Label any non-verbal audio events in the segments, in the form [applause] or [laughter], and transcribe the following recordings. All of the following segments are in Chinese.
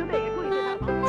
球队也注意对他防守。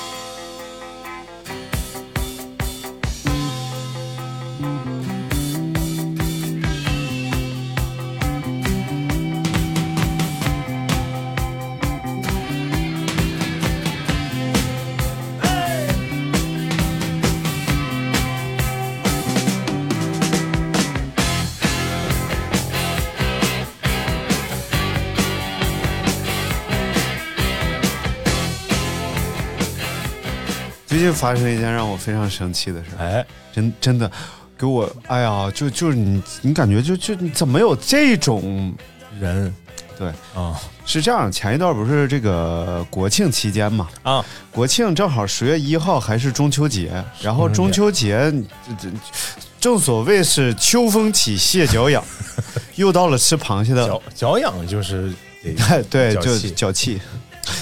最近发生一件让我非常生气的事，哎，真真的给我，哎呀，就就是你，你感觉就就你怎么有这种？人对啊是这样，前一段不是这个国庆期间嘛，啊，国庆正好十月一号还是中秋节，然后中秋节，这这正所谓是秋风起蟹脚痒，又到了吃螃蟹的脚脚痒就是得嗯 [laughs] 对，脚就气脚气，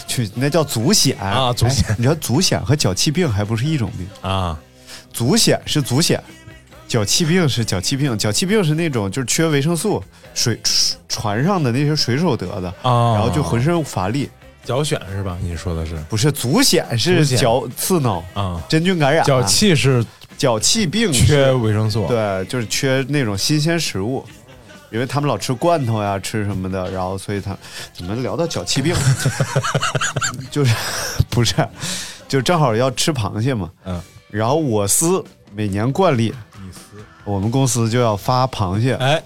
去那叫足癣啊足癣哎你知道足癣和脚气病还不是一种病，啊，足癣是足癣，脚气病是脚气病，脚气病是那种就是缺维生素，水船上的那些水手得的，哦然后就浑身乏力。脚癣是吧？你说的是不是足癣是足癣脚刺挠啊真菌感染，脚气是脚气病是缺维生素，，嗯对，就是缺那种新鲜食物，因为他们老吃罐头呀，吃什么的，然后所以他怎么聊到脚气 [laughs] 病，就是不是，就正好要吃螃蟹嘛，嗯，然后我司每年惯例，我们公司就要发螃蟹，哎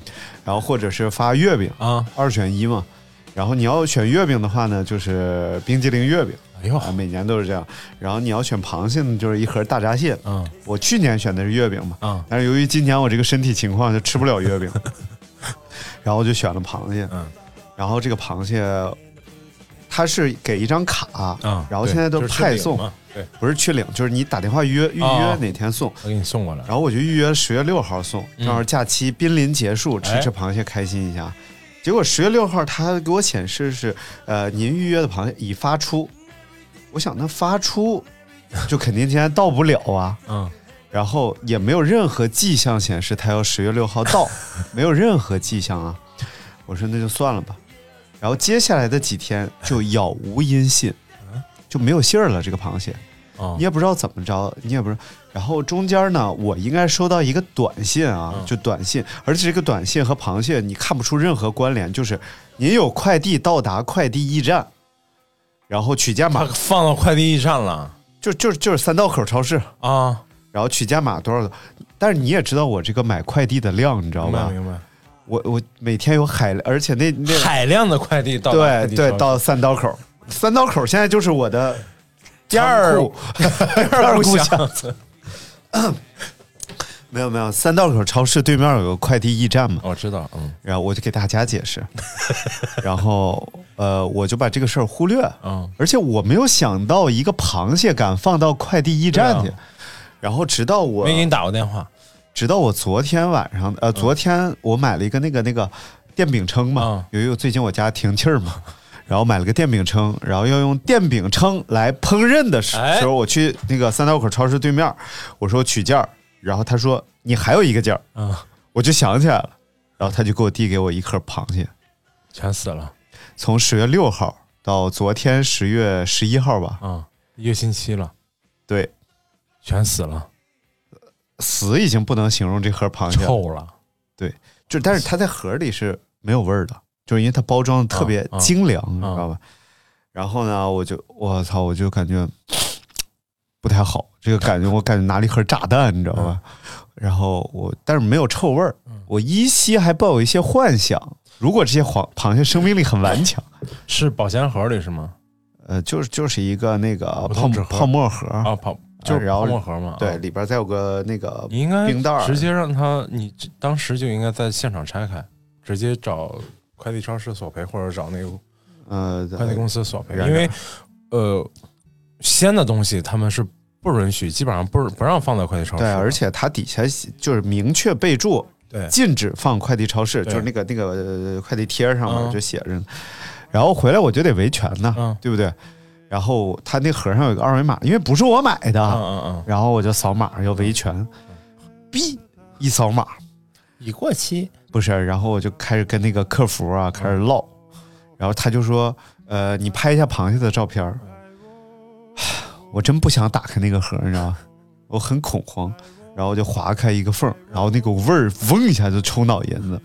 然后或者是发月饼，啊，二选一嘛。然后你要选月饼的话呢，就是冰激凌月饼，哎呦啊，每年都是这样。然后你要选螃蟹呢，就是一盒大闸蟹。嗯，我去年选的是月饼嘛，嗯但是由于今年我这个身体情况就吃不了月 [laughs] 饼，然后我就选了螃蟹。嗯，然后这个螃蟹，它是给一张卡，啊，然后对现在都就是派送，这个嘛对，不是去领，就是你打电话约预约哦哪天送。我给你送过来然，后我就预约十月六号送，正好假期濒临结束，吃哎吃螃蟹开心一下。结果十月六号他给我显示是，呃，您预约的螃蟹已发出。我想那发出，就肯定今天到不了啊。 [laughs] 嗯，然后也没有任何迹象显示他要十月六号到，没有任何迹象啊。我说那就算了吧。然后接下来的几天就杳无音信，就没有信儿了。这个螃蟹，哦你也不知道怎么着，你也不知道。然后中间呢，我应该收到一个短信啊，嗯就短信，而且这个短信和螃蟹你看不出任何关联，就是您有快递到达快递驿站，然后取件 [laughs] 他码，放到快递驿站了就就就是三道口超市，啊，然后取件码多少个。但是你也知道我这个买快递的量，你知道明白吧？明白，我我每天有海，而且那那海量的快递到达快对递对超市到三刀口，三刀口现在就是我的第二仓库 [laughs] 第二故乡，没有没有，三道口超市对面有个快递驿站嘛，我知道，嗯然后我就给大家解 [laughs] 释，然后呃，我就把这个事儿忽略，嗯，而且我没有想到一个螃蟹敢放到快递驿站去，对啊然后直到我没给你嗯打过电话直到我昨天晚上，呃，昨天我买了一个那个那个电饼铛嗯嘛，由于我最近我家停气儿嘛，然后买了个电饼铛，然后要用电饼铛来烹饪的时哎时候，我去那个三道口超市对面，我说取件儿，然后他说你还有一个件儿，啊，我就想起来了，然后他就给我递给我一颗螃蟹，全死了从十月六号到昨天十月十一号吧，啊，一个星期了，对，全死了，死已经不能形容这盒螃蟹了，臭了。就但是它在盒里是没有味儿的，就是因为它包装的特别精良，你知道吧？然后呢，我就我操，我就感觉不太好，这个感觉我感觉拿了一盒炸弹，你知道吧？然后我但是没有臭味儿，我依稀还抱有一些幻想。如果这些螃螃蟹生命力很顽强，是保鲜盒里是吗？呃，就是就是一个那个普泡通纸沫盒泡沫盒，啊，泡就是泡然沫后盒嘛。对啊，里边再有个那个你应该冰袋儿直接让他，你这当时就应该在现场拆开，直接找快递超市索赔，或者找那个呃快递公司索赔，然因为呃，鲜的东西他们是不允许，基本上不不让放在快递超市对，的。而且它底下写就是明确备注对禁止放快递超市，就对是那个那个呃快递贴儿上面嗯就写着呢。然后回来我就得维权呢，嗯对不对？然后他那盒上有个二维码，因为不是我买的，嗯嗯嗯，嗯然后我就扫码要维权，哔一扫码已过期。不是，然后我就开始跟那个客服啊开始唠，嗯然后他就说，呃，你拍一下螃蟹的照片儿。我真不想打开那个盒儿，你知道吗？我很恐慌，然后我就划开一个缝儿，然后那股味儿嗡一下就抽脑银子，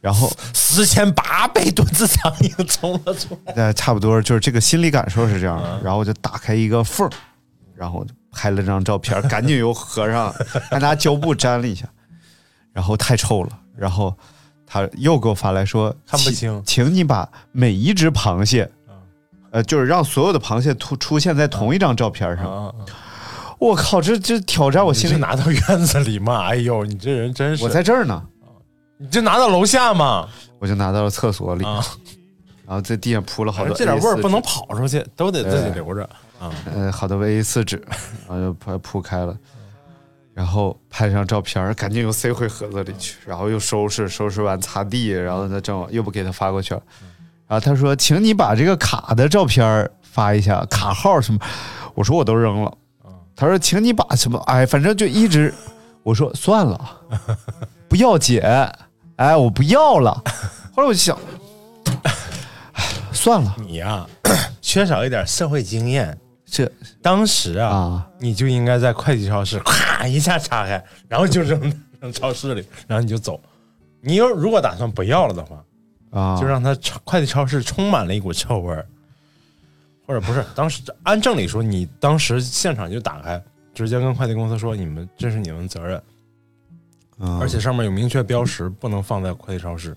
然后四千八百吨子苍蝇冲了出来，嗯呃，差不多就是这个心理感受是这样的。然后我就打开一个缝儿，然后我就拍了张照 [laughs] 片，赶紧又合上，还拿胶布粘了一下，然后太臭了。然后他又给我发来说，看不请清请你把每一只螃蟹，呃，就是让所有的螃蟹突出现在同一张照片上。啊！我靠，这这挑战我你心是里，拿到院子里吗？哎呦，你这人真是！我在这儿呢，你这拿到楼下吗？我就拿到了厕所里，啊，然后在地上铺了好反多正这点味儿 A4 不能跑出去，都得自己对留着。啊呃，好的 V 四 [laughs] 纸，然后就把它铺开了，然后拍张照片儿，赶紧又塞回盒子里去，然后又收拾，收拾完擦地，嗯然后再正好又不给他发过去了。然后他说：“请你把这个卡的照片儿发一下，卡号什么？”我说：“我都扔了。”嗯他说：“请你把什么？哎，反正就一直。”我说：“算 [laughs] 了，不要姐，哎，我不要 [laughs] 了。”后来我就想，哎，算了你呀、 [coughs] 缺少一点社会经验，这当时啊，啊你就应该在快递超市咵一下插开， [laughs] 然后就扔扔超市里，然后你就走。你要如果打算不要了的话，啊，就让它超快递超市充满了一股臭味儿，或者不是？当时按正理说，你当时现场就打开，直接跟快递公司说，你们这是你们责任，嗯而且上面有明确标识，不能放在快递超市，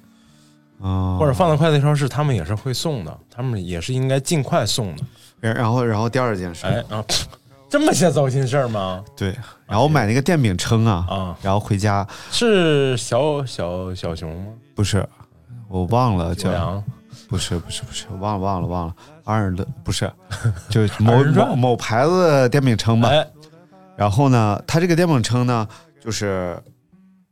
啊，或者放在快递超市，他们也是会送的，他们也是应该尽快送的。然然后然后第二件事，哎啊， [laughs] 这么些糟心事儿吗？对，然后买那个电饼铛啊，啊然后回家是小小小熊吗？不是，我忘了九叫，阳不是不是不是，忘了忘了忘了，二人的不是， [laughs] 就是某二人转某某牌子的电饼铛吧。哎，然后呢，它这个电饼铛呢，就是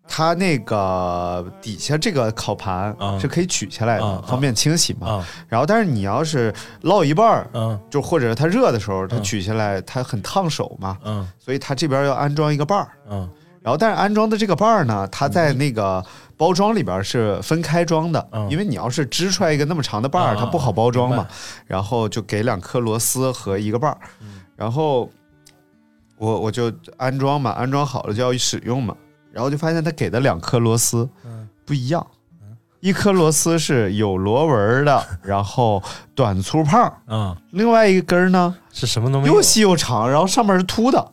它那个底下这个烤盘啊是可以取下来的，啊啊方便清洗嘛。啊然后，但是你要是烙一半儿，嗯就或者它热的时候，它嗯取下来它很烫手嘛，嗯所以它这边要安装一个把儿。嗯然后，但是安装的这个瓣儿呢，它在那个包装里边是分开装的，嗯因为你要是支出来一个那么长的瓣儿，啊它不好包装明嘛白。然后就给两颗螺丝和一个瓣儿，嗯然后我我就安装嘛，安装好了就要使用嘛，然后就发现它给的两颗螺丝嗯不一样，一颗螺丝是有螺纹儿的，然后短粗胖儿，嗯，另外一根儿呢是什么都没有嗯又细又长，然后上面是凸的，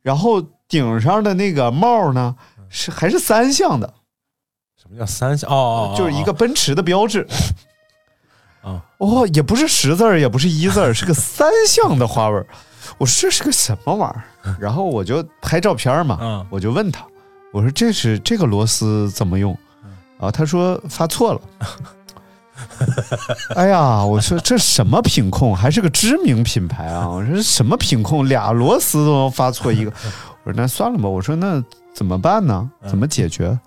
然后顶上的那个帽儿呢是还是三项的，什么叫三项？哦哦，哦就是一个奔驰的标志。哦哦，也不是十字儿，也不是一字儿，是个三项的花纹。我说这是个什么玩意儿？然后我就拍照片儿嘛，嗯我就问他，我说这是这个螺丝怎么用？嗯然后他说发错了。 [laughs] 哎呀，我说这什么品控，还是个知名品牌 [laughs] 啊！我说什么品控，俩螺丝都能发错一个。 [laughs] 我说那算了吧，我说那怎么办呢？嗯怎么解决？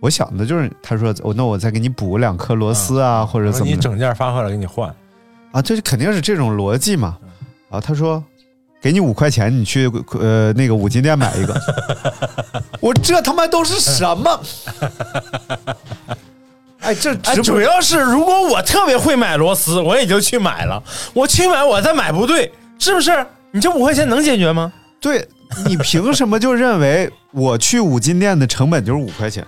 我想的就是，他说我那我再给你补两颗螺丝啊，或者嗯然后怎你么的整件发回来给你换，啊？这肯定是这种逻辑嘛。嗯啊，他说给你五块钱，你去呃那个五金店买一个。 [laughs] 我这他妈都是什么？哎，这直哎，播主要是如果我特别会买螺丝，我也就去买了。我去买，我再买不对，是不是？你这五块钱能解决吗？对你凭什么就认为我去五金店的成本就是五块钱？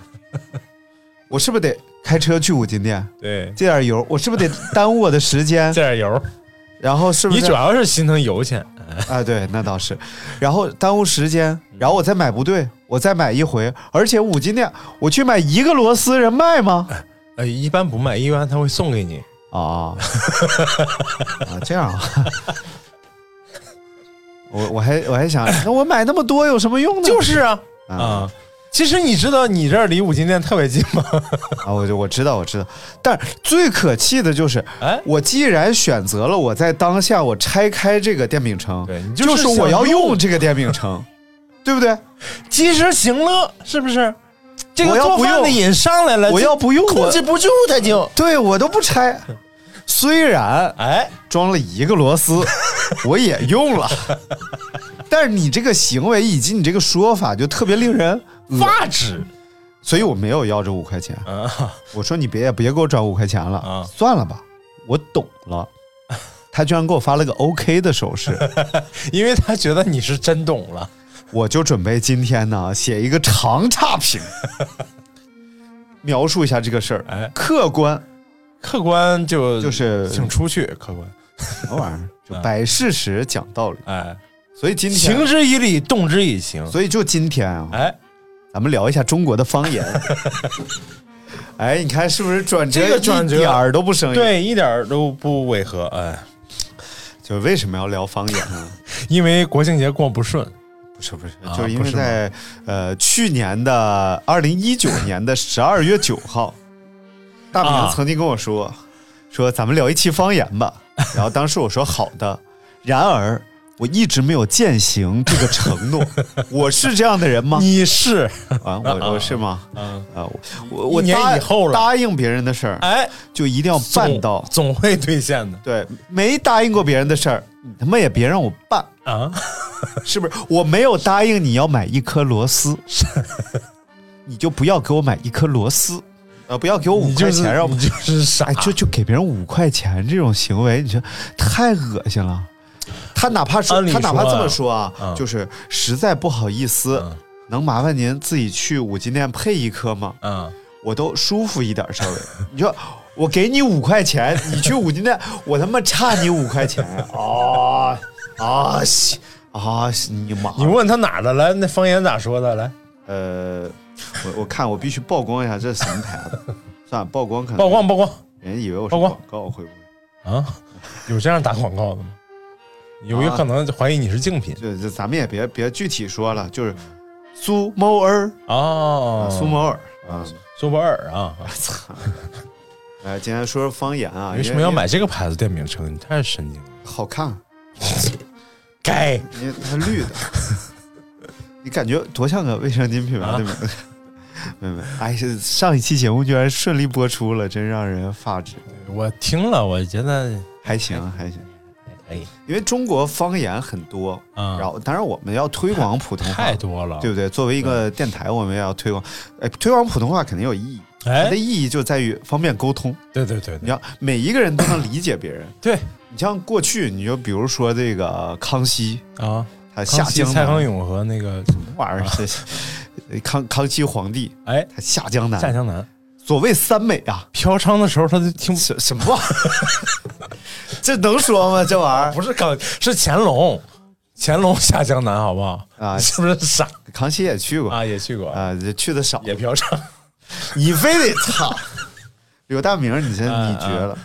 我是不是得开车去五金店对，这点油？我是不是得耽误我的时间 [laughs] 这？点油，然后是不你是主要是心疼油钱。啊？对，那倒是。然后耽误时间，然后我再买不对，我再买一回。而且五金店我去买一个螺丝，人卖吗？呃，一般不卖，一般他会送给你。啊啊，这样啊。我我还我还想，那我买那么多有什么用呢？就是啊啊啊！其实你知道你这儿离五金店特别近吗？啊，我就我知道我知道，但是最可气的就是，哎我既然选择了我在当下我拆开这个电饼铛，对你就就是是我想要用用这个电饼铛， [laughs] 对不对？及时行乐是不是？这个我要做不饭的用瘾上来了，我就要不用控我制不住它就对我都不拆，虽然哎，装了一个螺丝，我也用了， [laughs] 但是你这个行为以及你这个说法就特别令人恶发指所以我没有要这五块钱，啊！我说你别也别给我转五块钱了，啊算了吧，我懂了。他居然给我发了个 OK 的手势，因为他觉得你是真懂了，我就准备今天呢写一个长差 [laughs] 评，描述一下这个事儿，哎客观客观就就是请出去，客观什么玩意儿，就摆事实讲道理。哎，所以今行天，之以理，动之以情，所以就今天啊，哎，咱们聊一下中国的方 [laughs] 言。哎，你看是不是转折？这个转折一点儿都不生硬。，对，一点儿都不违和，哎，就是为什么要聊方言呢？因为国庆节过不顺，不是不是啊，就是因不为是吗在呃去年的二零一九年的十二月九号，大啊明曾经跟我说、说咱们聊一期方言 [laughs] 吧，然后当时我说好的，然而我一直没有践行这个承 [laughs] 诺，我是这样的人吗？你是 [laughs] 啊，我我是吗？嗯，啊，我我我一年答以后了答应别人的事儿，哎，就一定要办到。总会兑现的对，没答应过别人的事儿，你他妈也别让我办。啊，是不是？我没有答应你要买一颗螺丝， [laughs] 你就不要给我买一颗螺丝，呃，不要给我五你就块是钱，让我你就是傻 [laughs] 哎，，就就给别人五块钱这种行为，你说太恶心了。他哪怕说，按理他哪怕说啊这么说啊，嗯就是实在不好意思，嗯能麻烦您自己去五金店配一颗吗？嗯，我都舒服一点，稍微。 [laughs] 你说我给你五块钱，你去五金店， [laughs] 我他妈差你五块钱啊啊西啊西你妈！你问他哪儿的来，那方言咋说的来？呃，我我看我必须曝光一下这是什么牌子， [laughs] 算了，曝光可能曝光曝光人以为我是曝光广告，会不会？啊，有这样打广告的吗？有有可能怀疑你是竞品就就咱们也别别具体说了，就是苏某尔，啊，哦苏某尔啊，苏泊尔啊，操！哎，今天说说方言啊，为什么要买这个牌子电瓶车？你太神经了！因为好看，该因为它绿的， [laughs] 你感觉多像个卫生巾品牌啊对吧？ [laughs] 没有没有，哎，是上一期节目居然顺利播出了，真让人发指。我听了，我觉得还行还行，可以，因为中国方言很多，哎嗯然后当然我们要推广普通话太，多了，对不对？作为一个电台，我们也要推广，哎，推广普通话肯定有意义，它哎的，意义就在于方便沟通。对对对你对要每一个人都能理解别人，对你像过去，你就比如说这个康熙，啊！他下康熙、江蔡南，康永和那个什么啊玩意儿？这是康康熙皇帝哎，他下江夏南，江南所谓三美啊，嫖娼的时候，他就听什什 [laughs] 么玩意儿？这能说吗？这玩意不是康，是乾隆，乾隆下江南，好不好？啊 [laughs] 是不是傻儿？康熙也去过啊？也去过，啊，这去的少，也嫖娼，你非得操 [laughs] 刘大明，你真嗯你绝了，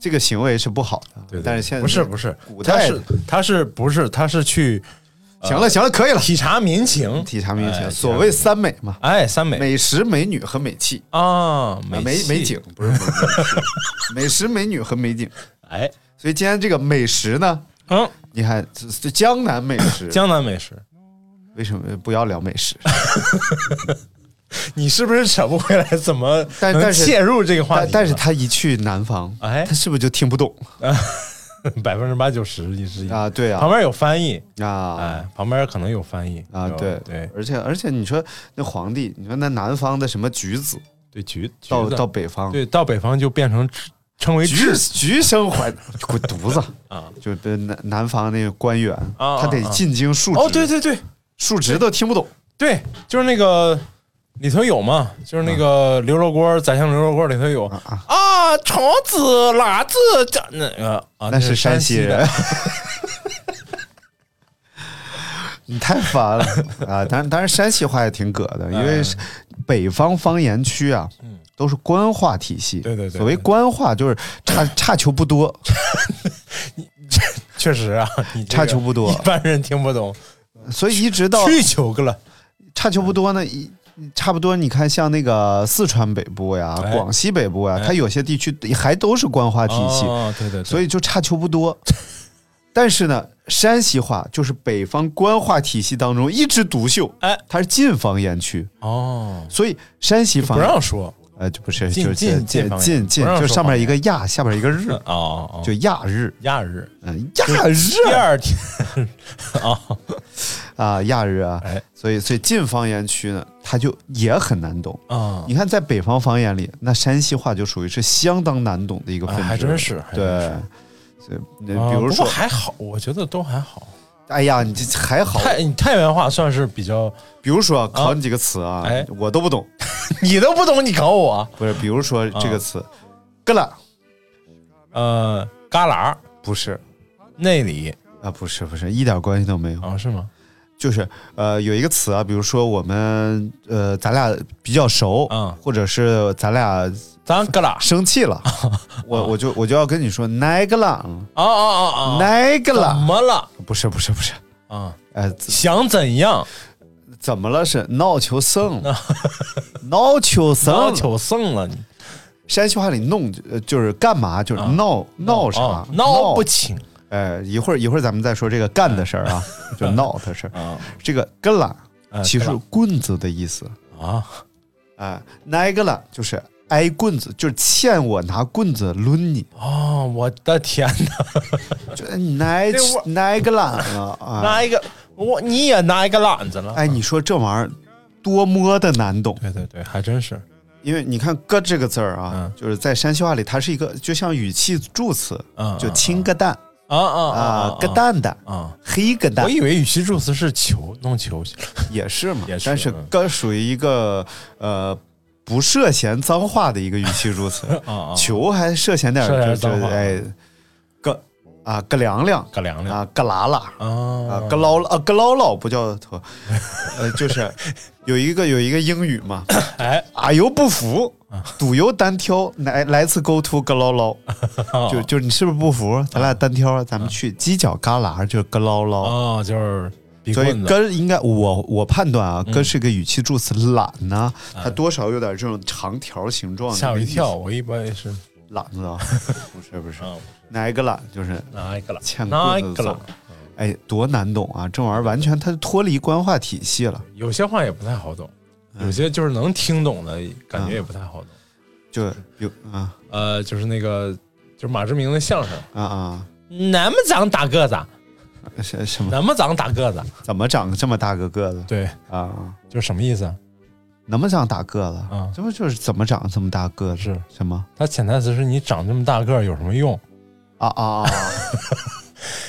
这个行为是不好的。对对但是现在不是不是，古他代是他是不是他是去行了行了，可以了，体察民情， [laughs] 体察民哎情，所谓三美嘛，哎三美美食、美女和美气，啊啊美美气美景不是美气美食、美女和美景。哎所以今天这个美食呢，嗯你看这这江南美食，江南美食，为什么不要聊美食？你是不是扯不回来？怎么但能但是切入这个话但题？但是他一去南方，哎他是不是就听不懂 [laughs] 百分之八九十你是一啊？对旁啊，边有翻译，啊。哎，旁边可能有翻译啊，有对对而且而且，你说那皇帝，你说那南方的什么橘子，对，橘橘到子到北方，对到北方就变成吃称为橘栉橘生还滚犊子 [laughs] 啊！就这南南方那个官员，啊他得啊啊进京述职，哦，对对对述职都听不懂。对，就是那个里头有嘛，就是那个牛肉锅，宰相牛肉锅里头有啊，虫子、辣子，这那个啊，那是山西西人的， [laughs] 你太烦 [laughs] 了啊！当然，当然，山西话也挺葛哎的，因为是北方方言区啊，都是官话体系。嗯对对对所谓官话就是差差球不多，确实啊，你这个差球不多一般人听不懂，所以一直到去球个了，差球不多呢，一差不多。你看，像那个四川北部呀、哎广西北部呀，哎它有些地区还都是官话体系，哦对对对，所以就差球不 [laughs] 多。但是呢，山西话就是北方官话体系当中一枝独秀，哎，它是晋方言区，哦，所以山西方不让说呃就不是晋就是晋晋晋方言晋晋不让，就说上面一个亚，下面一个日，哦哦，哦就亚日，亚日，嗯，亚日第二天啊，啊，亚日啊，哎所以所以晋方言区呢，它就也很难懂。啊，你看，在北方方言里，那山西话就属于是相当难懂的一个分支，啊还真是还真对是。所以，啊那 [laughs] 比如不过说，还好，我觉得都还好。哎呀，你这还好。太你太原话算是 [laughs] 比较，比如说，考你几个词啊，哎我都不懂。你都不懂，你考我？不是，比如说这个啊词，疙瘩呃，旮旯不是内里啊，不是不是，一点关系都没有。啊，是吗？就是呃，有一个词啊，比如说我们呃，咱俩比较熟，嗯或者是咱俩咱旮旯啊生气 [laughs] 了，我我就我就要跟你说，哪个了，啊啊啊啊，哪个怎了？么了不是不是不是，啊？呃，想怎样？怎么了？是闹球生， [laughs] 闹球想生。求胜了你山西话里弄呃就是干嘛，就是闹、闹啥、啊闹不。清哎，一会儿一会儿咱们再说这个干的事儿 [laughs] 啊，就闹的事儿。啊这个根啦，哎其实根是啦棍子的意思啊啊。挨个啦就是挨棍子，就是欠我拿棍子抡你，啊！我的天哪，就挨这我挨个啦啊啊！拿一个我你也拿一个懒子了？啊哎，你说这玩意儿多么的难懂。对对对，还真是因为你看“咯”这个字儿啊，嗯就是在山西话里，它是一个就像语气助词，嗯就嗯亲个蛋啊啊啊，个蛋蛋，啊！黑个蛋我以为语气助词是球弄球去了也是嘛，也是但是嗯“咯”属于一个呃不涉嫌脏话的一个语气助 [laughs] 词，啊啊，球还涉嫌点涉嫌儿，就脏是话哎，个啊个凉凉个凉凉啊个啦啦啊啊个唠啊个唠唠不叫头，呃就是有一个有一个英语 [laughs] 嘛，哎，啊油不服，啊赌油单挑，来来次 go to 个唠 [laughs] 唠。就就就是你是不是不服？咱俩单挑，咱们去犄角旮旯，就是咯唠唠。啊就是比所以棍子跟应该我我判断啊，嗯跟是个语气助词，懒呢，它多少有点这种长条形状。啊吓我一跳，，我一般也是懒子 [laughs] 啊，不是不是啊，哪一个懒就是拿一个了，欠拿棍一子个走了。。哎，多难懂啊！这玩意儿完全它脱离官话体系了。有些话也不太好懂，有些就是能听懂的感觉也不太好懂。就有啊呃，就是那个就是马志明的相声，啊啊，那么长打个子，啊什什么那么长打个子，啊怎么长这么大个个子对，啊？就是什么意思啊？能不长大个子啊这不就是怎么长这么大个子？是什么？他潜台词是你长这么大个儿有什么用？啊啊 [laughs] 啊！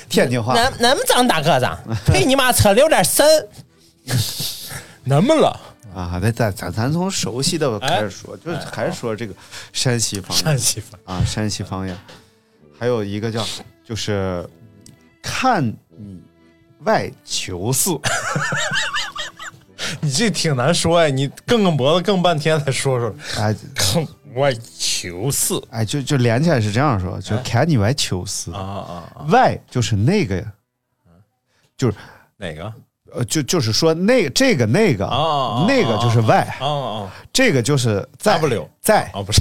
天津话，那么长大个子，呸你妈扯六点三， [laughs] 那么了，啊，咱咱咱咱从熟悉的哎开始说，就是还是说这个山西方言陕西话啊，山西方言，还有一个叫就是看你外求 [laughs] 似， [laughs] 你这挺难说哎，你梗梗脖子梗半天才说出来。 [laughs] 哎更外求似哎，就就连起来是这样说，就看你外求似，哎啊啊，嗯外就是那个，就是哪个？啊呃就就是说那这个那个啊啊那个就是外，啊啊这个就是在 W 在啊，不是，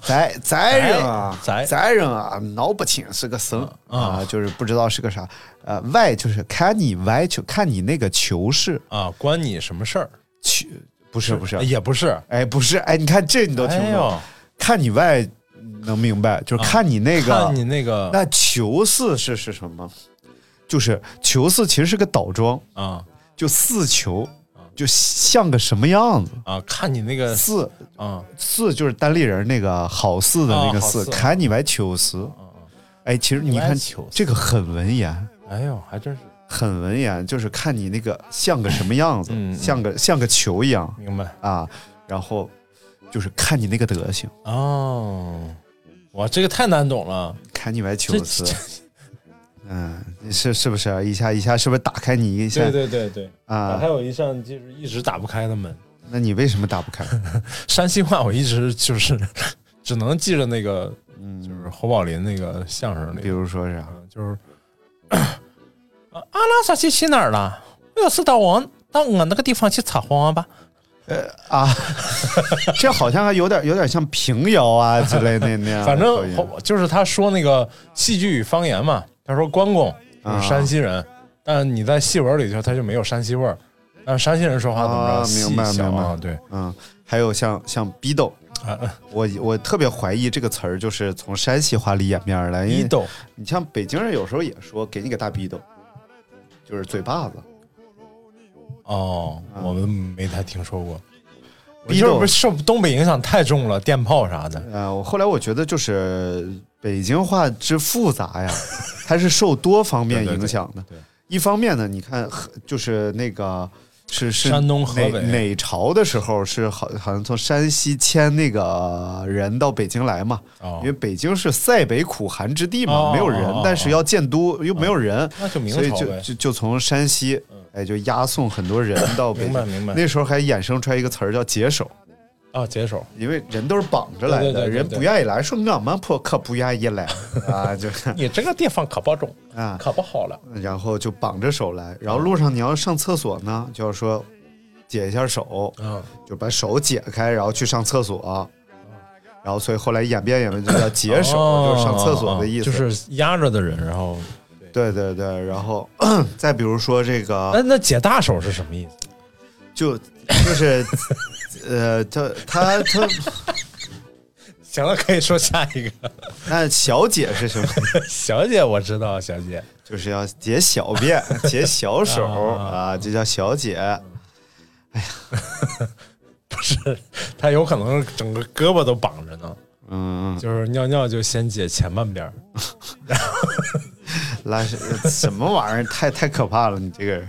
宅宅人啊，宅宅人啊，脑不清是个神嗯啊，就是不知道是个啥。呃，外就是看你歪球，看你那个球是啊，关你什么事儿？啊球，不是不是，也不是，哎不是，哎你看这你都听哎不呦啊懂，，看你歪能明白，就是看你那个看你那个那球四是是什么？就是球四其实是个倒装，啊就四球，就像个什么样子？啊，看你那个四啊四就是单立人那个好似的那个啊好嗯似，似看你歪球四。哎，其实你歪看球这个很文言，哎呦，还真是很文言，就是看你那个像个什么样子，嗯嗯像个像个球一样明白啊，然后就是看你那个德行，哦。哇，这个太难懂了，看你歪球这四这，嗯，是是不是一下一下是不是打开你一下对对对对啊还？有一扇就是一直打不开的门。那你为什么打不 [laughs] 开？山西话我一直就是嗯只能记着那个，就是侯宝林那个相声里比，如说是啥啊嗯就是啊阿拉萨去去哪儿了？我要是到我到我那个地方去撒谎吧。啊，这好像还有点有点像平谣啊之类的那样的反口音。正就是他说那个戏剧与方言嘛，他说关公啊就是山西人，但你在戏文里头他就没有山西味儿。但山西人说话怎么着？啊明白细小啊明白哎对，嗯，还有像像逼斗，啊我我特别怀疑这个词儿就是从山西话里演变而来。因为一斗你像北京人有时候也说给你个大逼斗，就是嘴巴子。哦，我们没太听说过。啊我逼就是斗不是受东北影响太重了，电炮啥的。呃，我后来我觉得就是北京话之复杂呀，它是受多方面影响的。对对对一方面呢，你看和就是那个是是山东河北哪哪朝的时候是好好像从山西迁那个人到北京来嘛，哦因为北京是塞北苦寒之地嘛，哦没有人，哦哦哦哦但是要建都又没有人，那就明朝所以就呗嗯就就从山西哎就押送很多 [coughs] 人到北京。明白明白那时候还衍生出来一个词儿叫解手。啊，解手因为人都是绑着来的，对对对对人不愿意来，说俺们破可不愿意 [laughs] 来啊，就是你这个地方可不中，啊，可不好了。然后就绑着手来，然后路上你要上厕所呢，就要说解一下手，嗯，就把手解开，然后去上厕所，然后所以后来演变演变就叫解手，哦就是上厕所的意思，就是压着的人。然后，对对对，然后 [clears throat] 再比如说这个，哎那那解大手是什么意思？就就是。呃，他他他，行了，可以说下一个。 [laughs] 那小姐是什么？小姐，我知道，小姐。就是要解小 [laughs] 便、解小手啊啊，这叫小姐。不是，他有可能整个胳膊都绑着呢，嗯，就是尿尿就先解前半边儿，拉屎什么玩意儿？太太可怕了，你这个 [laughs] 人。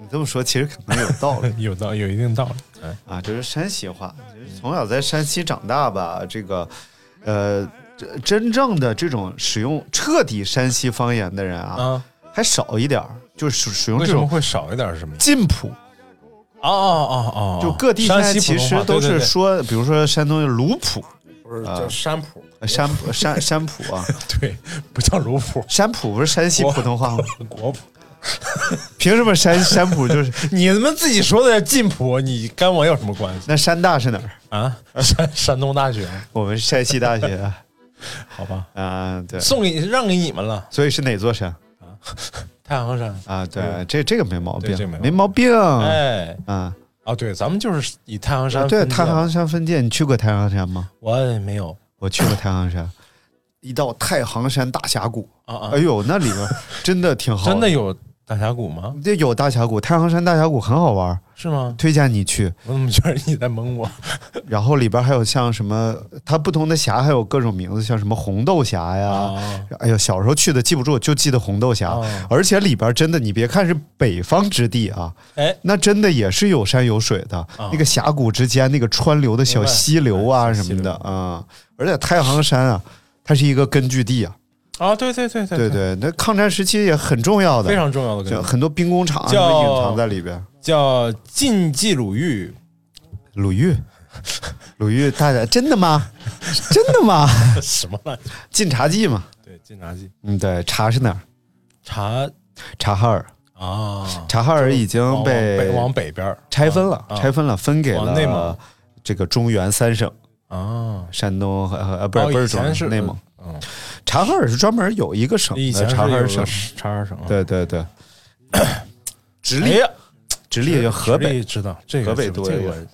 你这么说其实可能有道理有道有一定道理。哎，啊，这是山西话。就是从小在山西长大吧，这个，呃，这真正的这种使用彻底山西方言的人啊，啊，还少一点儿，就是使使用为这什么种会少一点儿？什么意思？晋普。哦哦哦哦，就各地现山在西其普通实话都对对是对说，比如说山东的鲁普、不是叫山普，呃山普山 [laughs] 山普啊，对，不叫卢普，山普不是山西我普通话吗？[laughs] 国普。凭什么山 [laughs] 山普就是你们自己说的晋普，你跟我有什么关系那山大是哪儿？ [laughs] 啊？山山东大学，我们是山西大学好吧，啊，对，送给让给你们了，所以是哪座山太行山。啊？对，这这个没毛对这病个，没没毛病啊。哎，啊，对，咱们就是以太行山啊对，分界太行山分界，你去过太行山吗？我也没有我去过太行山， [laughs] 一到太行山大峡谷，啊啊哎，呦，那里边真的挺好， [laughs] 真的有大峡谷吗？这有大峡谷，太行山大峡谷很好玩，是吗？推荐你去。我怎么觉得你在蒙我？然后里边还有像什么，它不同的峡还有各种名字，像什么红豆峡呀，啊哎呦，小时候去的记不住，就记得红豆峡，哦而且里边真的，你别看是北方之地啊，哎，那真的也是有山有水的，哦那个峡谷之间那个川流的小明白溪流啊哎什小溪么流的啊、而且太行山啊，它是一个根据 [laughs] 地啊，啊，对对对对对对，那抗战时期也很重要的，非常重要的就根据很多兵工厂啊什叫么隐藏在里边。叫晋冀鲁豫，鲁 [laughs] 豫，鲁豫大家真的 [laughs] 吗？真的吗？什么来着？晋察冀嘛，对，晋察冀嗯，对，察是哪儿？察察哈尔，啊，察哈尔已经往被北往北边儿拆分了，啊拆分了，分给往了内蒙这个中原三省，啊，山东和呃不哦是不以是中前是原内蒙，嗯，察哈尔是专门有一个省以的前是察哈尔有省个，察哈尔省啊，对对对，直哎隶呀，直隶就河直北，隶知道这个河北知道多这一个个我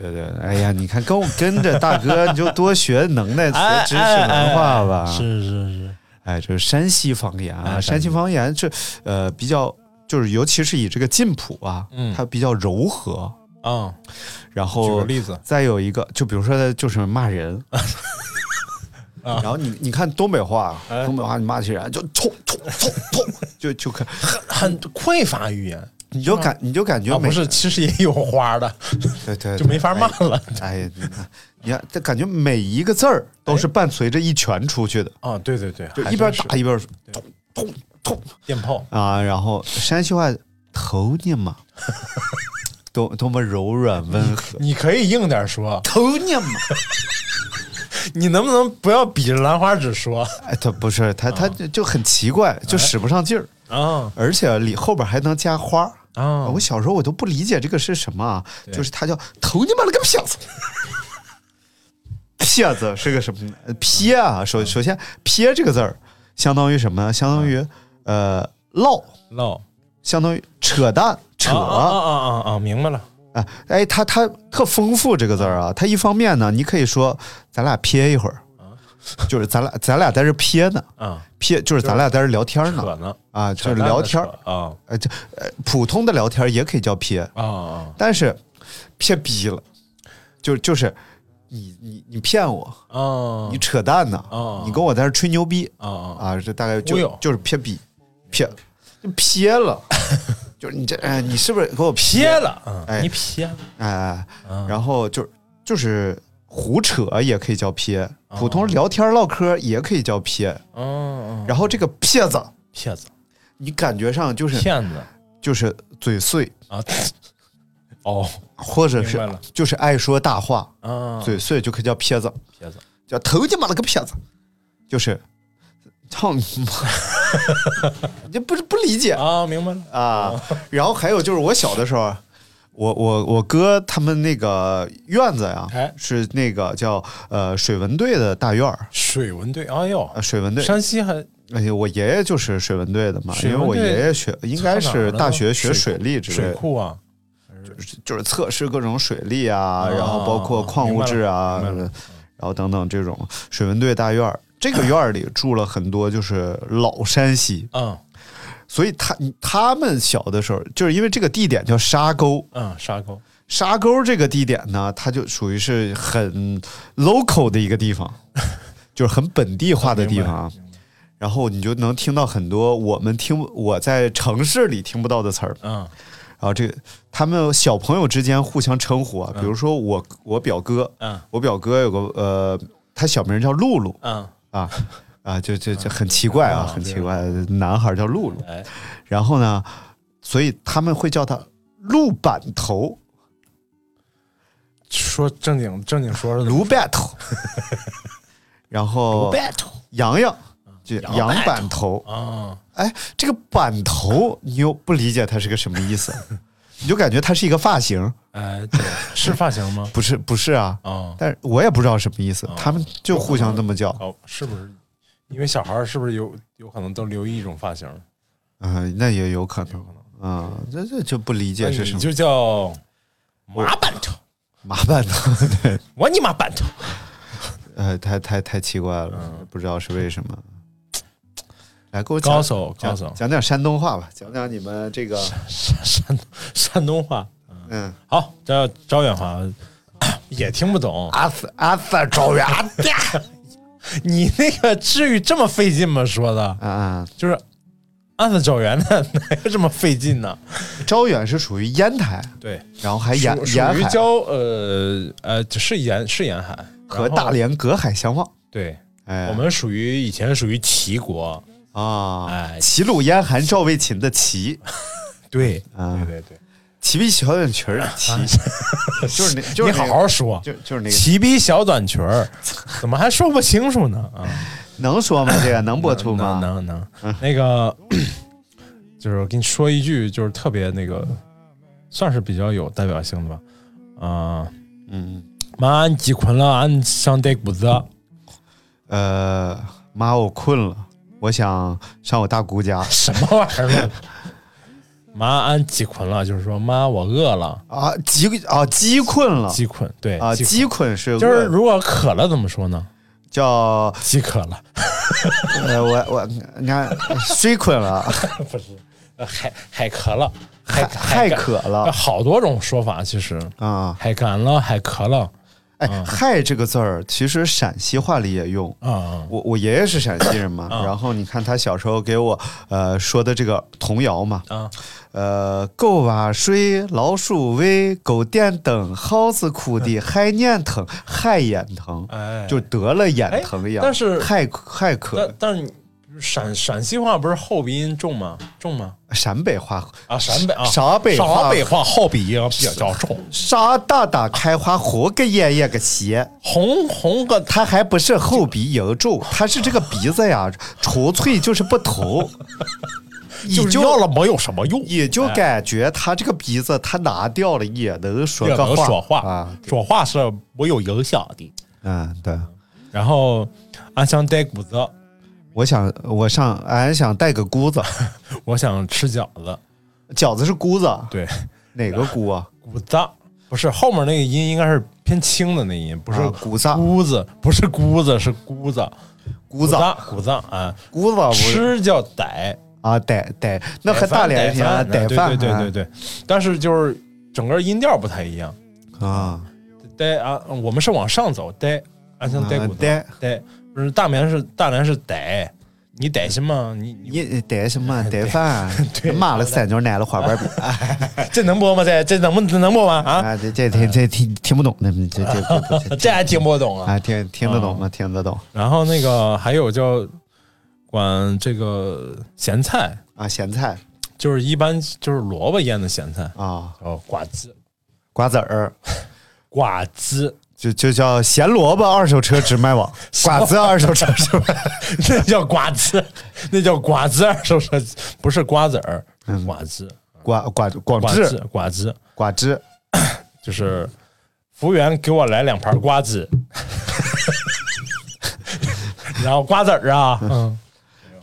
对对，哎呀，你看跟我跟着大哥你就多学能耐，学知识文化吧，是是是，哎，这是山西方言啊，哎山西山西方言这呃比较就是尤其是以这个晋普啊嗯，它比较柔和，啊，然举后个例子啊再有一个，就比如说就是骂 [laughs] 人，然后你你看东北话，哎东北话你骂起人就冲冲冲冲，就就 [laughs] 看很匮乏语言你就感你就感觉啊，每不是，其实也有花的，对对 [laughs] 就没法骂。对了哎呀，你看你看，这感觉每一个字儿哎都是伴随着一拳出去的，啊，对对对，就还一边真打是一边冲冲冲电炮，啊，然后山西话头你 [laughs] 嘛，多多么柔软温和，你可以硬点说，头你嘛。你能不能不要比着兰花指说？哎，他不是他，他就就很奇怪，就使不上劲儿。啊而且里后边还能加花儿。啊！我小时候我都不理解这个是什么，啊，对就是它叫头你妈了个撇子。 [laughs] 撇子是个什么呢？呃撇啊，首首先撇这个字儿相当于什么呢？相当于呃唠，唠相当于扯淡扯。啊啊啊啊啊！明白了，哎哎，它它特丰富这个字儿啊，它一方面呢，你可以说咱俩撇一会儿， [laughs] 就是咱俩咱俩在这撇呢，啊，撇就是咱俩在这聊天扯呢呢，啊，就扯是淡的聊天扯儿，啊呃，这呃普通的聊天儿也可以叫撇，啊啊但是撇逼了，就就是你你你骗我，啊！你扯淡呢，啊你跟我在这吹牛逼啊啊啊，这大概忽就悠就是撇逼，撇就撇 [laughs] 了，就是你这哎，你是不是给我撇了，哎嗯，你撇了，哎，嗯然后就就是胡扯也可以叫撇，哦普通聊天唠嗑也可以叫撇。嗯，然后这个撇子，骗子，你感觉上就是骗子就是嘴碎， [laughs] 啊，哦，或者明白是了就是爱说大话，啊，嘴碎就可以叫撇子，撇子，叫头你妈了个撇子，就是操你妈， [laughs] 你这不是不理解啊，明白了，啊。然后还有就是我小的时候，啊我我我哥他们那个院子呀，哎是那个叫呃水文队的大院儿，水文队，哎呦，呃水文队。山西还哎呀，我爷爷就是水文队的嘛，因水为文我队爷爷学应该是大学学水利之类水的，库啊，就是测试各种水利啊，啊然后包括矿物质啊，明白了明白然了后等等这种水文队大院儿。这个院儿里住了很多就是老山西，嗯所以他他们小的时候，就是因为这个地点叫沙沟，嗯，沙沟沙沟这个地点呢，它就属于是很 local 的一个地 [laughs] 方，就是很本地化的地方啊。然后你就能听到很多我们听我在城市里听不到的词儿。嗯然后这个他们小朋友之间互相称呼啊，比如说我我表哥，嗯我表哥有个呃，他小名叫露露嗯，啊啊，就就就很奇怪啊，啊很奇怪，男孩叫露露。哎，然后呢，所以他们会叫他鹿板头。说正经正经 [laughs] 说是卢 battle，然后 battle 嗯洋洋就洋板头，啊，哎，这个板头你又不理解它是个什么意 [laughs] 思，你就感觉它是一个发型，哎，对， [laughs] 是发型吗？不是不是啊，啊，但是我也不知道什么意思哦，他们就互相这么叫，哦，是不是？因为小孩儿是不是有有可能都留一种发型？嗯，那也有可能。啊、这这就不理那解是什你么就叫马板头，麻烦头， [laughs] 对，我你妈板头，呃，太太太奇怪了，不知道是为什么。来，给我讲嗯高手讲高手，讲点山东话吧，讲讲你们这 [laughs] 个，山山山东话。嗯，好，这招远华 [coughs] 也听不懂。阿斯阿斯招远啊哒！你那个至于这么费劲吗？说的啊啊，就是案子找源的，哪有这么费劲呢？招远是属于烟台，对，然后还沿属沿属于海交呃呃，是沿是沿海和然后大连隔海相望。对，哎，我们属于以前属于齐国，啊，哎齐鲁燕韩赵魏秦的齐，对，啊对对齐臂小短裙儿的 [laughs] 齐，就是那，就对，是那你好个好说。就就是那个，齐逼小短裙儿， [laughs] 怎么还说不清楚呢？啊，能说吗？这个能播出吗？能能能，那个 [clears throat] 就是我跟你说一句，就是特别那个，算是比较有代表性的吧。啊、嗯，妈，俺几困了，俺上带谷子。呃，妈，我困了，我想上我大姑家。什么玩意儿？ [laughs] 妈，俺几困了，就是说妈，我饿了，啊，鸡啊，鸡困了几困。对啊，饥鸡困是困就是饿如果渴了怎么说呢？叫饥渴了，呃，我我你看， [laughs] 虽困了， [laughs] 不是，呃海海渴了，海太干呃渴了好多种说法，其实啊。海干了，海渴了，嗯哎，嗨这个字儿，其实陕西话里也用。啊、我我爷爷是陕西人嗯嘛，然后你看他小时候给我呃说的这个童谣嘛，啊，呃，狗娃睡，老鼠喂，狗电灯，耗子哭的害眼疼，害眼疼，哎，就得了眼疼一样。哎但是害害渴但，但是你陕陕西话不是后鼻音重吗？重吗？陕北话，啊，陕北啊，陕北话陕北话后鼻音比较重。沙大大开花，活个爷爷个鞋。红红个他还不是 [laughs] 后鼻油皱，他是这个鼻子呀，愁脆就是不头。就你要了没有什么用，也就感觉他这个鼻子他拿掉了也能说也个能话说话，啊，说话是没有影响的。嗯，对。然后俺想带骨子，我想，我上俺想带个姑子， [laughs] 我想吃饺子，饺子是姑子，对，哪个姑啊？骨子不是后面那个音应该是偏轻的那音，不是啊骨子姑子，不是姑子，是姑子，姑子，骨子啊，姑子不是吃叫逮，啊，逮逮，那和大连一样，逮哎逮饭，嗯啊对对对对对，但是就是整个音调不太一样。对啊，呆啊，我们是往上走，呆，俺啊像呆骨头，呆呆，不是大连是大连是呆，你呆什么？你你你逮什 [laughs] 么？逮饭，骂了三角奶了花瓣饼，这能播吗？这这能不这能播吗？啊，啊，这这听这听听不懂的，这这 [laughs] 这这还听不懂啊。啊，听听得懂吗？听得懂然后那个还有叫管这个咸菜，啊，咸菜就是一般就是萝卜腌的咸菜，啊，哦，瓜子，瓜子儿。瓜子，就就叫咸萝卜二手车直卖网，瓜子二手车直卖网。 [laughs] 那叫瓜子， [laughs] 那叫瓜子儿，是不是？不是瓜子儿，是瓜子， [laughs] 瓜瓜广瓜智子，瓜子。瓜汁，就是服务员给我来两盘瓜子， [laughs] 然后瓜子儿啊，嗯，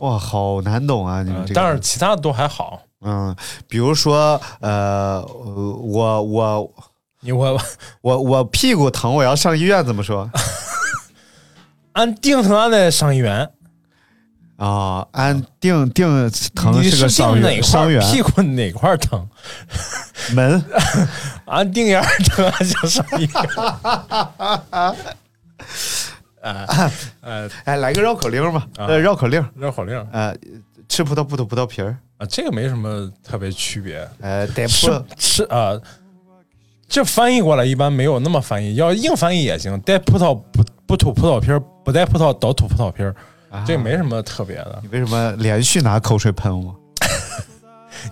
哇，好难懂啊！你们这个，但是其他的都还好。嗯，比如说，呃，我我你我我我屁股疼，我要上医院，怎么说俺定疼俺的伤员，啊？按定定疼你是个伤定哪员，伤块员儿屁股哪块儿疼？门俺定眼儿疼，啊 [laughs] 俺想上医院。哎，来个绕口令吧，啊呃，绕口令，绕口令呃，吃葡萄不吐葡萄皮儿，啊，这个没什么特别区别。呃，逮吃破吃啊，这翻译过来一般没有那么翻译，要硬翻译也行。带葡萄不不吐葡萄皮儿，不带葡萄倒吐葡萄皮儿，啊这没什么特别的。你为什么连续拿口水喷我？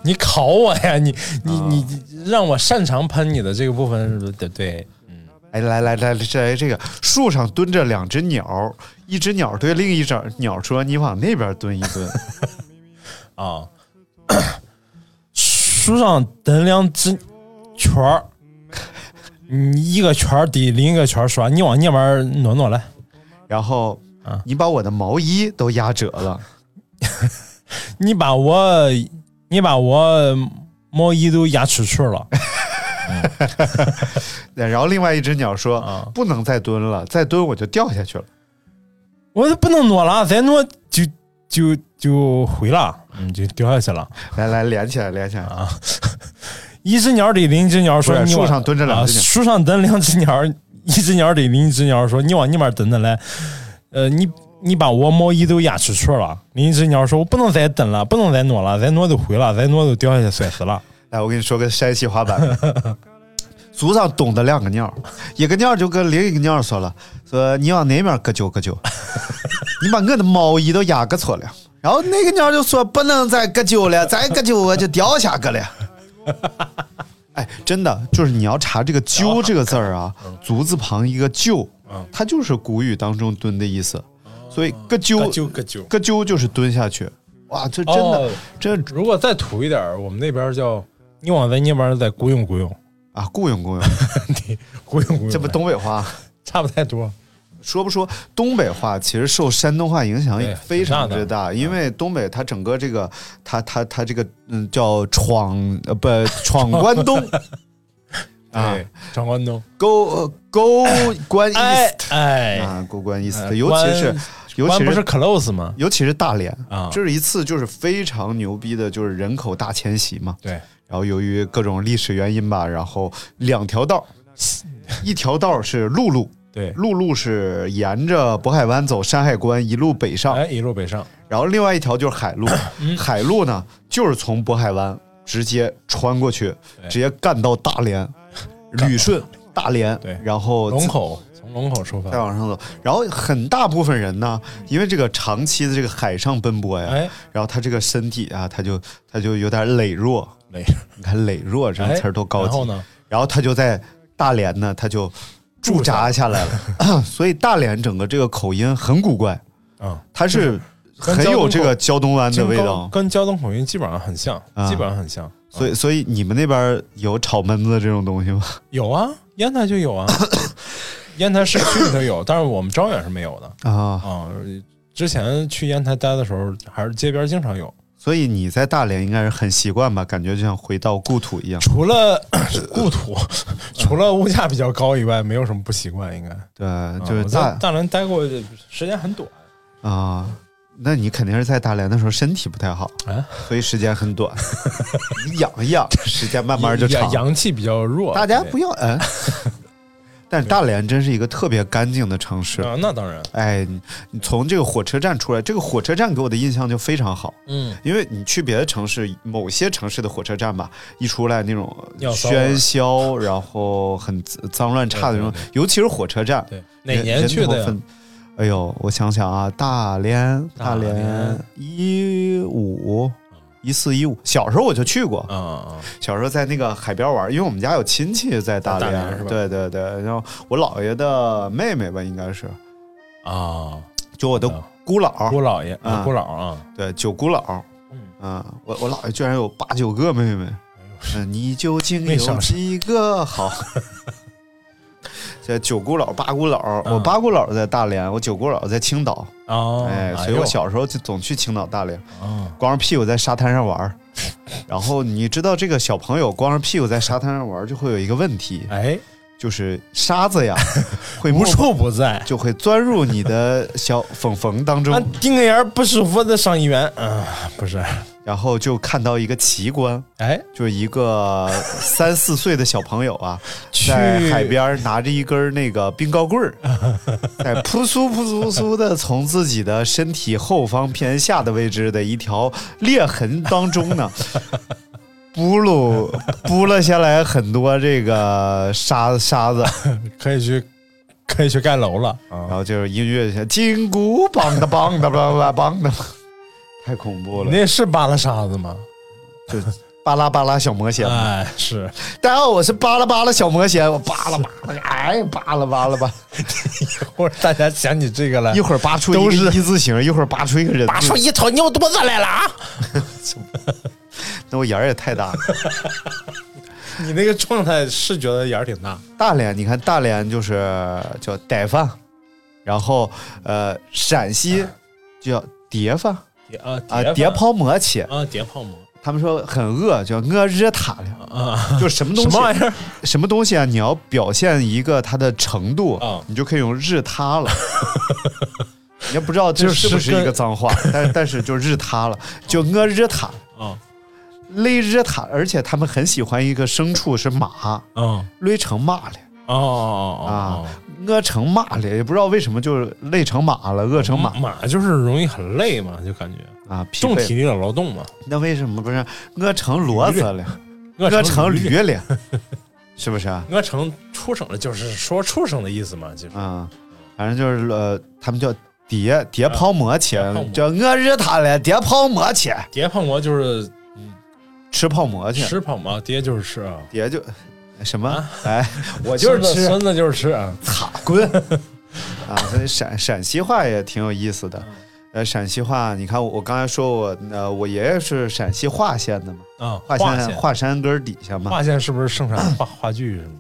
你考我呀，你你啊你你让我擅长喷你的这个部分是不是对对？哎，来来来，这来这个树上蹲着两只鸟，一只鸟对另一只鸟说：“你往那边蹲一蹲。啊，树上蹬两只圈儿，你一个圈儿抵另一个圈儿说，你往那边挪挪来，”然后啊你把我的毛衣都压折了，你把我你把我毛衣都压出去了。然后另外一只鸟说：“啊不能再蹲了，再蹲我就掉下去了。我说不能挪了，再挪就就就回了，嗯，就掉下去了。”来来，连起来，连起来。 [laughs] 一只鸟逮另一只鸟说：“不是你往树上蹲着两只鸟啊树上蹲两只鸟，一只鸟逮另一只鸟说：‘你往那边蹲着来，呃，你你把我毛衣都压出去了。’另一只鸟说：‘我不能再蹲了，不能再挪了，再挪就毁了，再挪就掉下去摔死了。来，我跟你说个山西话版本。族上懂得两个鸟，一个鸟就跟另一个鸟说了：“说你往那边搁揪搁揪，你把我的毛衣都压搁错了。”然后那个鸟就说：“不能再搁揪了，再搁揪我就掉下去了。”哎，真的就是你要查这个“揪”这个字儿啊，足字旁一个“就”，它就是古语当中“蹲”的意思，所以“搁揪”“个揪。搁揪”就是蹲下去。哇，这真的哦，这如果再土一点儿，我们那边叫你往咱那边再咕用咕 [laughs] 用，啊，雇佣雇佣，咕用咕用，这不东北话。差不太多。说不说东北话，其实受山东话影响也对非常之挺嗯大，因为东北它整个这个，它它它这个嗯叫闯呃 [laughs] 不闯关东啊对，张关东， ，go go 关 [laughs] 哎 east 哎，啊，go 关 east，哎尤其是关尤关其不是是 close 吗？尤其是大连啊这是一次就是非常牛逼的，就是人口大迁徙嘛。对。然后由于各种历史原因吧，然后两条 [laughs] 道儿，一条道儿是陆路，对，陆路是沿着渤海湾走山海关一路北上，哎，一嗯路北上，然后另外一条就是海路， [coughs] 海路呢就是从渤海湾直接穿过去，直接干到大连、旅顺、大连，对然后龙口从龙口出再发，往上走，然后很大部分人呢，因为这个长期的这个海上奔波呀，哎然后他这个身体啊，他就他就有点羸弱，没你看“羸弱”这个词儿多高级。哎然后呢，然后他就在大连呢，他就驻 [laughs] 扎下来了。所以大连整个这个口音很古怪，嗯，它是跟很胶有东这口个胶东湾的味道。跟胶东口音基本上很像，啊基本上很像。所以，所以你们那边有炒焖子这种东西吗？有啊，烟台就 [laughs] 有啊，烟台市区里头有，但是我们招远是没有的啊，啊。之前去烟台待的时候，还是街边经常有。所以你在大连应该是很习惯吧？感觉就像回到故土一样。除 [coughs] 了故土，除了物价比较高以外，没有什么不习惯，应该。对，啊就是我大在大连待过时间很短，啊、那你肯定是在大连的时候身体不太好，啊所以时间很 [laughs] 短，你养一养，时间慢慢就阳长。阳气比较弱。大家对不要 [laughs] 嗯，但是大连真是一个特别干净的城市。啊，那当然，哎，你你从这个火车站出来，这个火车站给我的印象就非常好，嗯，因为你去别的城市，某些城市的火车站吧，一出来那种尿骚味儿喧嚣，然后很脏乱差的那种对对，尤其是火车站，对，哪人年去人头的？呀？分哎呦，我想想啊，大连，大大连连一五一四一五，小时候我就去过，啊啊，小时候在那个海边玩，因为我们家有亲戚在大在哦大连是吧对对对，然后我姥爷的妹妹吧，应该是，啊啊，就我的啊姑姥，姑姥爷，啊姑姥啊，对，九姑姥，嗯嗯，哎我我姥爷居然有八九个妹妹，嗯，你究竟没有想上几个好？这九姑姥、八姑姥，嗯我八姑姥在大连，我九姑姥在青岛，哦，哎，所以呦我小时候就总去青岛、大连，啊，光着屁股在沙滩上玩儿。然后你知道这个小朋友光着屁股在沙滩上玩儿，就会有一个问题，哎，就是沙子 [laughs] 呀，会无摸处不在。就会钻入你的小缝缝当啊中，，丁个眼不舒服的上医院，啊，不是，然后就看到一个奇观，哎，就是一个三四岁的小朋友啊， [laughs] 去在海边儿拿着一根儿那个冰糕棍 [laughs] 儿，在扑簌扑簌簌的从自己的身体后方偏下的位置的一条裂痕当中 [laughs] 呢， [laughs] 拨噜拨了下来很多这个沙沙子，可以去，可以去盖楼了然啊。后就是音乐一下金箍棒的棒的棒的棒的，太恐怖了，那是扒拉沙子吗？就巴拉巴拉小魔仙嘛。哎，是， [laughs] 大家好，我是巴拉巴拉小魔仙，我巴拉巴拉，哎，巴拉巴拉吧，或者大家想起这个来一，会儿嗯拔出都一是个一字形，一会儿拔出一个人字，拔出一头牛犊子来了啊！ [laughs] 那我眼儿也太大了。你那个状态是觉得眼儿挺大，大连，你看大连就是叫逮饭，然后呃，陕西叫碟饭叠啊啊，碟泡馍起，啊，叠泡馍他们说很饿，叫饿热塔了，啊，就是什么东什西么玩意儿？ [laughs] 什么东西啊？你要表现一个它的程度，啊你就可以用日他 [laughs] 了。你也不知道这是不是就是跟一个脏 [laughs] 话，但但是就日他了，就我日他啊勒日他，而且他们很喜欢一个牲畜是马，啊哦勒成马了哦哦啊，我成马了，也不知道为什么就是累成马了，饿成马马就是容易很累嘛，就感觉啊，疲嗯重体惫。力的劳动嘛。那为什么不是我成骡子了，我我成，驴了， [laughs] 是不是啊？我成畜生了，就是说畜生的意思嘛，就是嗯，反正就是呃，他们叫叠叠泡馍去啊叠泡馍，叫我日他了，叠泡馍去，叠泡馍就是吃泡馍去，吃泡馍，叠就是吃啊，叠就什么啊？ [laughs] 哎，我就是吃，孙子就是吃啊，擦滚 [laughs] 啊！所以陕陕西话也挺有意思嗯的。呃，陕西话，你看我我刚才说我呃，我爷爷是陕西华县的嘛，啊，华县山华山根儿底下嘛，华县是不是盛产话话剧什么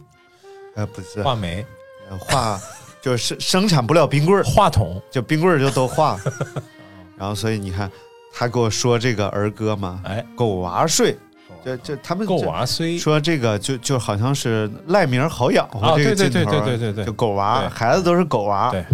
呃不是的话梅、呃华，就是生产不了冰棍儿，话筒？就冰棍儿就都 [laughs] 化了。然后所以你看，他给我说这个儿歌嘛，哎，狗娃睡，就就他们够就娃啊虽说这个就就好像是赖名好养啊活这个劲对对头儿，对对对对就狗娃对孩子都是狗娃，对。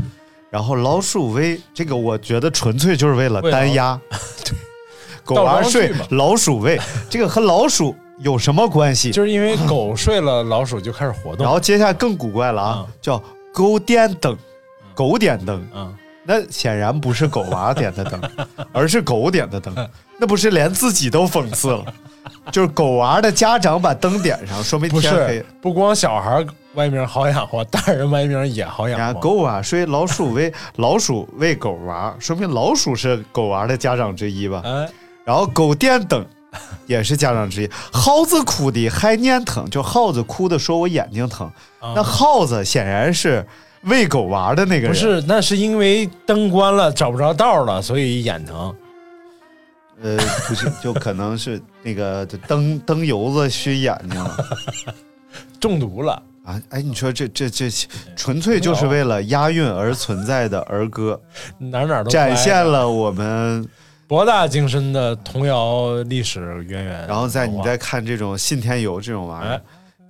然后老鼠威这个我觉得纯粹就是为了为了单压，对， [laughs] 狗娃倒装睡句嘛老鼠威，这个和老鼠有什么关系？ [laughs] 就是因为狗睡了，老鼠就开始活动。然后接下来更古怪了啊嗯，叫狗点灯，狗点灯，嗯，那显然不是狗娃点的灯， [laughs] 而是狗点的灯，那不是连自己都讽刺了，就是狗娃的家长把灯点上，说明不天黑是。，不光小孩儿歪名好养活，大人歪名也好养然活。后狗娃睡老鼠喂老鼠喂狗娃，说明老鼠是狗娃的家长之一吧？哎，然后狗电灯也是家长之一。耗子哭的还念疼，就耗子哭的说我眼睛疼，那耗子显然是喂狗娃的那个人，啊不是，那是因为灯关了找不着道了，所以眼疼。呃，不是，就可能是那个就灯灯油子熏眼睛了中毒了，啊！哎，你说这这这纯粹就是为了押韵而存在的儿歌， [laughs] 哪哪都展现歪了我们。博大精深的童谣历史渊源。然后在你哎好吧再看这种信天游这种玩意儿哎，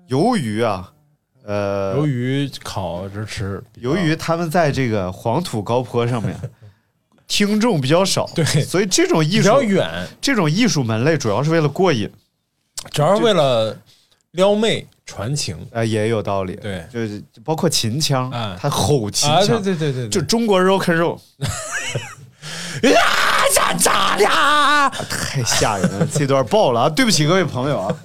鱿鱼啊，呃，鱿鱼烤着吃，由于他们在这个黄土高坡上 [laughs] 面，听众比较少，对所以这种艺比术较远，这种艺术门类主要是为了过瘾，主要是为了撩妹传情呃，也有道理，对就是包括秦腔哎，他吼秦啊！对腔，对对对，就中国 rock and roll 哎啊咋咋啦？太吓人了，这段爆了啊！对不起各位朋友啊，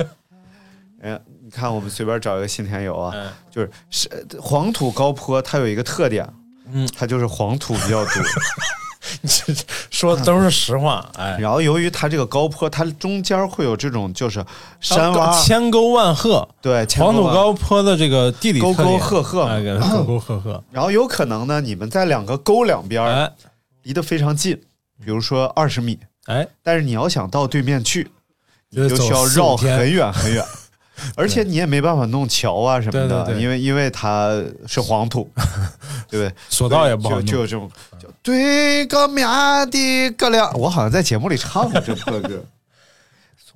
哎呀，你看我们随便找一个信天游啊，嗯就是是呃黄土高坡，它有一个特点，嗯，它就是黄土比较 [laughs] 多。这 [laughs] 说的都是实话， [laughs] 哎，然后由于它这个高坡，它中间会有这种就是山洼、千沟万壑，对千黄土万高坡的这个地理特沟沟点壑壑哎沟沟壑壑，然后有可能呢，你们在两个沟两边儿哎离得非常近，比如说二十米，哎，但是你要想到对面去，就你就需要绕很远很 [laughs] 远，而且你也没办法弄桥啊什么对对的，对因为因为它是黄 [laughs] 土，对不对？索道也不好就弄就有这种叫对个面的个亮，我好像在节目里唱过这破 [laughs] 歌，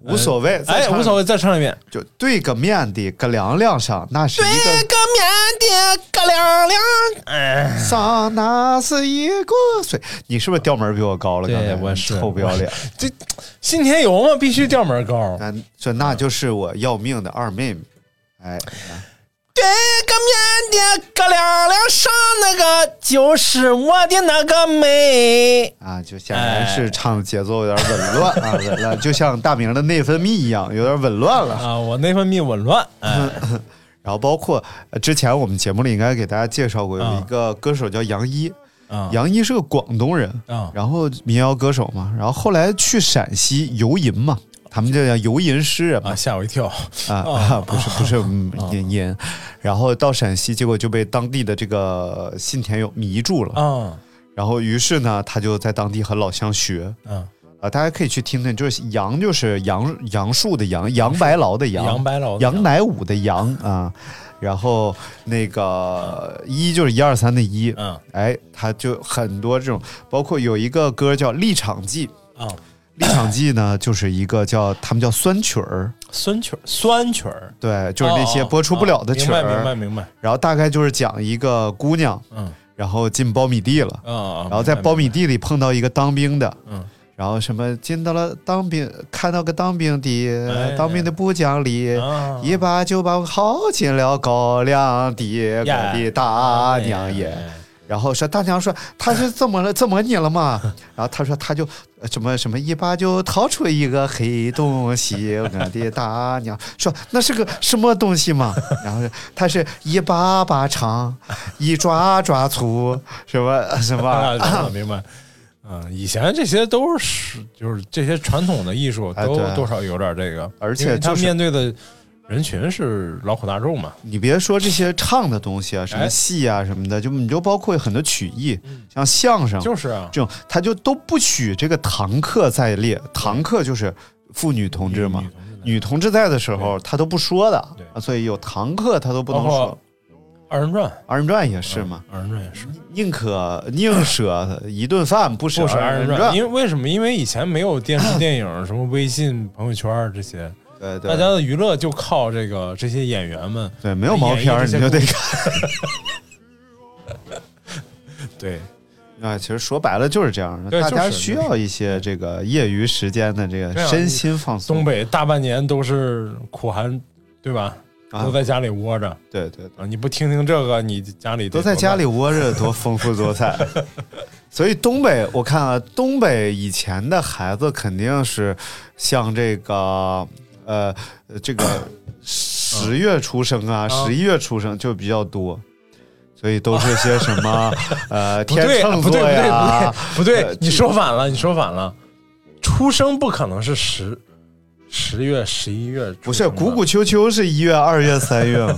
无所谓，再哎，唱无所谓，再唱一遍。就对个面的个凉凉上，那是一个面的咯亮亮，哎，上那是一个水。你是不是调门儿比我高了？刚才对，我是臭不要脸。， [laughs] 这信天游嘛，必须调门高。那这那就是我要命的二妹妹。哎，这个面的咯亮亮上那个就是我的那个美。啊，就显然是唱的节奏有点紊乱啊，紊乱，就像大明的内分泌一样，有点紊乱了。哎啊，我内分泌紊乱，哎，然后包括呃之前我们节目里应该给大家介绍过，有一个歌手叫杨一，啊杨一是个广东人，啊然后民谣歌手嘛，然后后来去陕西游吟嘛，他们就叫游吟诗人嘛啊，，哦吓我一跳，啊啊，不是不是嗯吟吟，然后到陕西，结果就被当地的这个信田友迷住了，啊然后于是呢，他就在当地和老乡学。啊，啊，大家可以去听听，就是杨，就是杨杨树的杨，杨白劳的 [laughs] 杨，杨白劳的杨杨乃武的杨啊，然后那个一就是一二三的一，嗯哎，他就很多这种，包括有一个歌叫《立场记》，啊， 《立场记》 [coughs] 呢就是一个叫他们叫酸曲儿，酸曲儿酸曲儿，对，就是那些播出不了的曲哦哦哦明白儿，明白明白，然后大概就是讲一个姑娘，嗯然后进苞米地了，啊啊，然后在苞米地里碰到一个当兵的，嗯，然后什么进到了当兵，看到个当兵的，哎当兵的不讲理，啊一把就把我薅进了高粱地，哎呀我的大啊娘也耶！然后说大娘说他是怎么了，怎么你了嘛？ [laughs] 然后他说他就呃什么什么一把就掏出一个黑东 [laughs] 西，我的大娘说那是个什么东西嘛？ [laughs] 然后说他是一把把长，一抓抓粗，什么什么 [laughs] 啊，啊明白。嗯，以前这些都是就是这些传统的艺术哎都对多少有点这个，而且因为他就是面对的人群是劳苦大众嘛，你别说这些唱的东西啊，什么哎嗯戏啊什么的，就你就包括很多曲艺，像相声，就是啊，这种，他就都不许这个堂客在列，堂客就是妇女同志嘛女女同志，在女同志在的时候他都不说的对，啊所以有堂客他都不包能括说。二人转二人转也是嘛，二人转也是，宁可宁舍一顿饭，不舍嗯不是二人人转，因为为什么？因为以前没有电视、 [clears throat] 电影、什么微信朋友圈儿这些，对大对家的娱乐就靠这个这些演员们，对，没有毛片儿演绎这你就些得故看。对啊，其实说白了就是这样的，对大家就是需要一些这个业余时间的这个对啊身心放松。东北大半年都是苦寒，对吧？啊都在家里窝着对对对。啊！你不听听这个，你家里得都在多家乱里窝着，多丰富多 [laughs] 彩。所以东北，我看啊，东北以前的孩子肯定是像这个呃这 [coughs] 个十月出生啊，嗯十一月出生就比较多。所以都是些什么呃哦 [laughs] 不天对，啊秤不座对，不对呀，，不对，不呃对，你说反了，你说反了，出生不可能是十十月、十一月不出生的，是鼓鼓 [laughs] 秋秋是一月、二月、三月吗，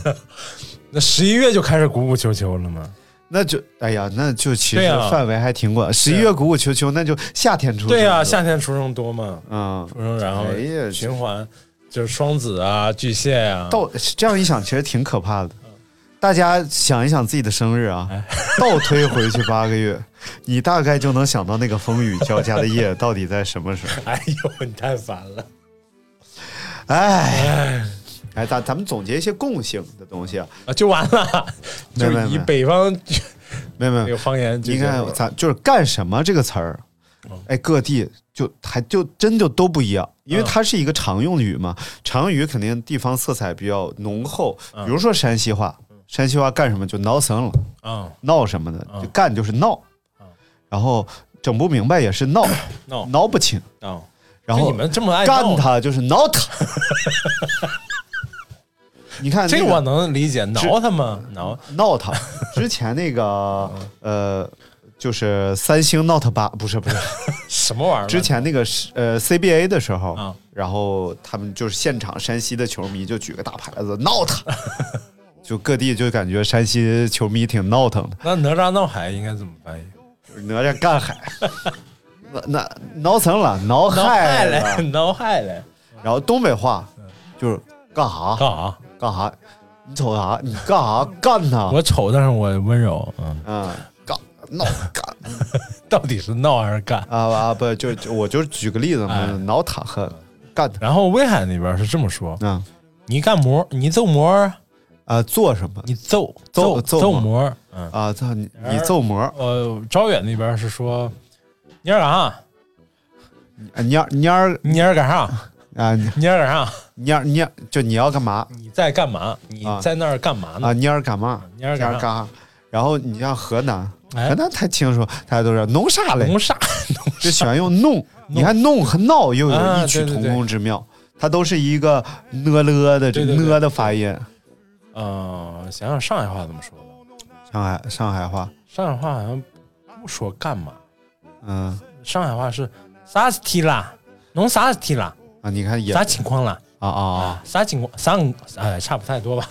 那十一月就开始鼓鼓秋秋了吗？那就哎呀，那就其对实呀范围还挺广。十一月谷谷秋秋，那就夏天出生。对呀、啊夏天出生多嘛，嗯，出生然后哎呀这循环就是双子啊、巨蟹啊，到这样一想，其实挺可怕的。大家想一想自己的生日啊，哎 [laughs] 倒推回去八个月，你大概就能想到那个风雨交加的夜到底在什么时候。 [laughs] 哎呦，你太烦了。哎，哎，咱咱们总结一些共性的东西啊，啊，就完了，没就有没有嗯以北方没有没有那个，哦方言就你哎这样看了，咱就是“干什么”这个词儿，哎，各地就还就真就都不一样，因为嗯它是一个常用语嘛，常用语肯定地方色彩比较浓厚。比如说山西话，山西话干什么就闹森了，嗯，闹什么的，嗯就干就是闹，然后整不明白也是闹， [coughs] 闹闹不清，啊，然就后你们这么爱干闹，他就是闹他。 [laughs] 你看这那个个我能理解，挠他嘛，挠闹腾。之前那个嗯呃，就是三星 Note 八，不是不 [laughs] 是，什么玩意儿？之前那个是呃 CBA 的时候，啊然后他们就是现场山西的球迷就举个大牌子闹 [laughs] 腾，就各地就感觉山西球迷挺闹腾的，那哪吒闹海应该怎么翻译？哪吒干海， [laughs] 那那闹腾了，闹挠嗨了 [laughs] 嘞，。挠嗨嘞，然后东北话就是干啥嗯干干啥？啥，你瞅啥？你干啥干他？我丑，但是我温柔，嗯，嗯，干闹干。到底是闹还是干？啊啊不，就就我就举个例子嘛哎，挠塔和干然后威海那边是这么说：啊你干膜，你揍膜，啊做什么你揍揍揍揍嘛膜，嗯。啊？操你你揍膜，呃，招远那边是说，蔫儿干啥？啊蔫儿蔫儿蔫儿干啥？啊蔫儿干啥？蔫儿蔫儿，就你要干嘛你在干嘛？你啊在那儿干嘛呢？啊？蔫儿干嘛？蔫儿蔫干儿干啥？然后你像河南，哎河南太清楚，大家都知道弄啥嘞弄，啥？就喜欢用弄。你看弄和闹又有啊异曲对对同对工之妙，它都是一个呢了的这对对对呢的发音。嗯、想想上海话怎么说吧。上海上海话，上海话好像不说干嘛，嗯上海话是啥事体啦？弄啥事体啦？啊，你看也啥情况啦？啊啊啊，啥情况？啥哎，差不太多吧。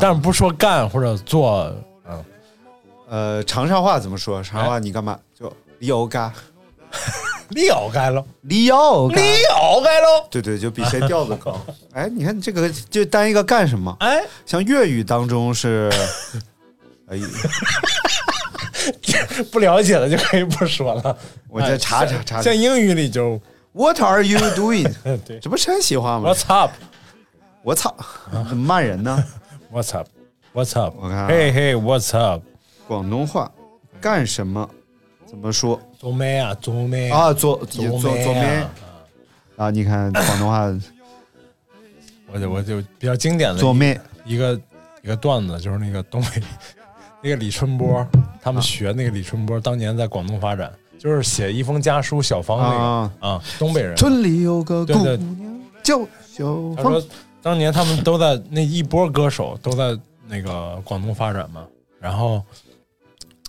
但是不说干或者做，嗯，呃，长沙话怎么说？长哎沙话你干嘛？就撩嘎，了解了，撩嘎，了解喽。对对，就比谁调子高。哎，你看这个就单一个干什么？哎，像粤语当中是，哎， [laughs] 不了解了就可以不说了。我再查查哎查查像。英语里就 What are you [laughs] doing？对这不山西话吗？ What's up, 我操，怎么骂人呢？ What's up, What's up？我看啊 Hey Hey What's up？广东话干什么？怎么说做咩啊？做咩啊？左做左左咩边啊？啊？你看广东话我就我就比较经典的左面一个一个段子，就是那个东北那个李春波，他们学那个李春波当年在广东发展，就是写一封家书小芳啊那个啊，东北人。村里有个对姑对娘叫小他芳说，当年他们都在那一波歌手都在那个广东发展嘛，然后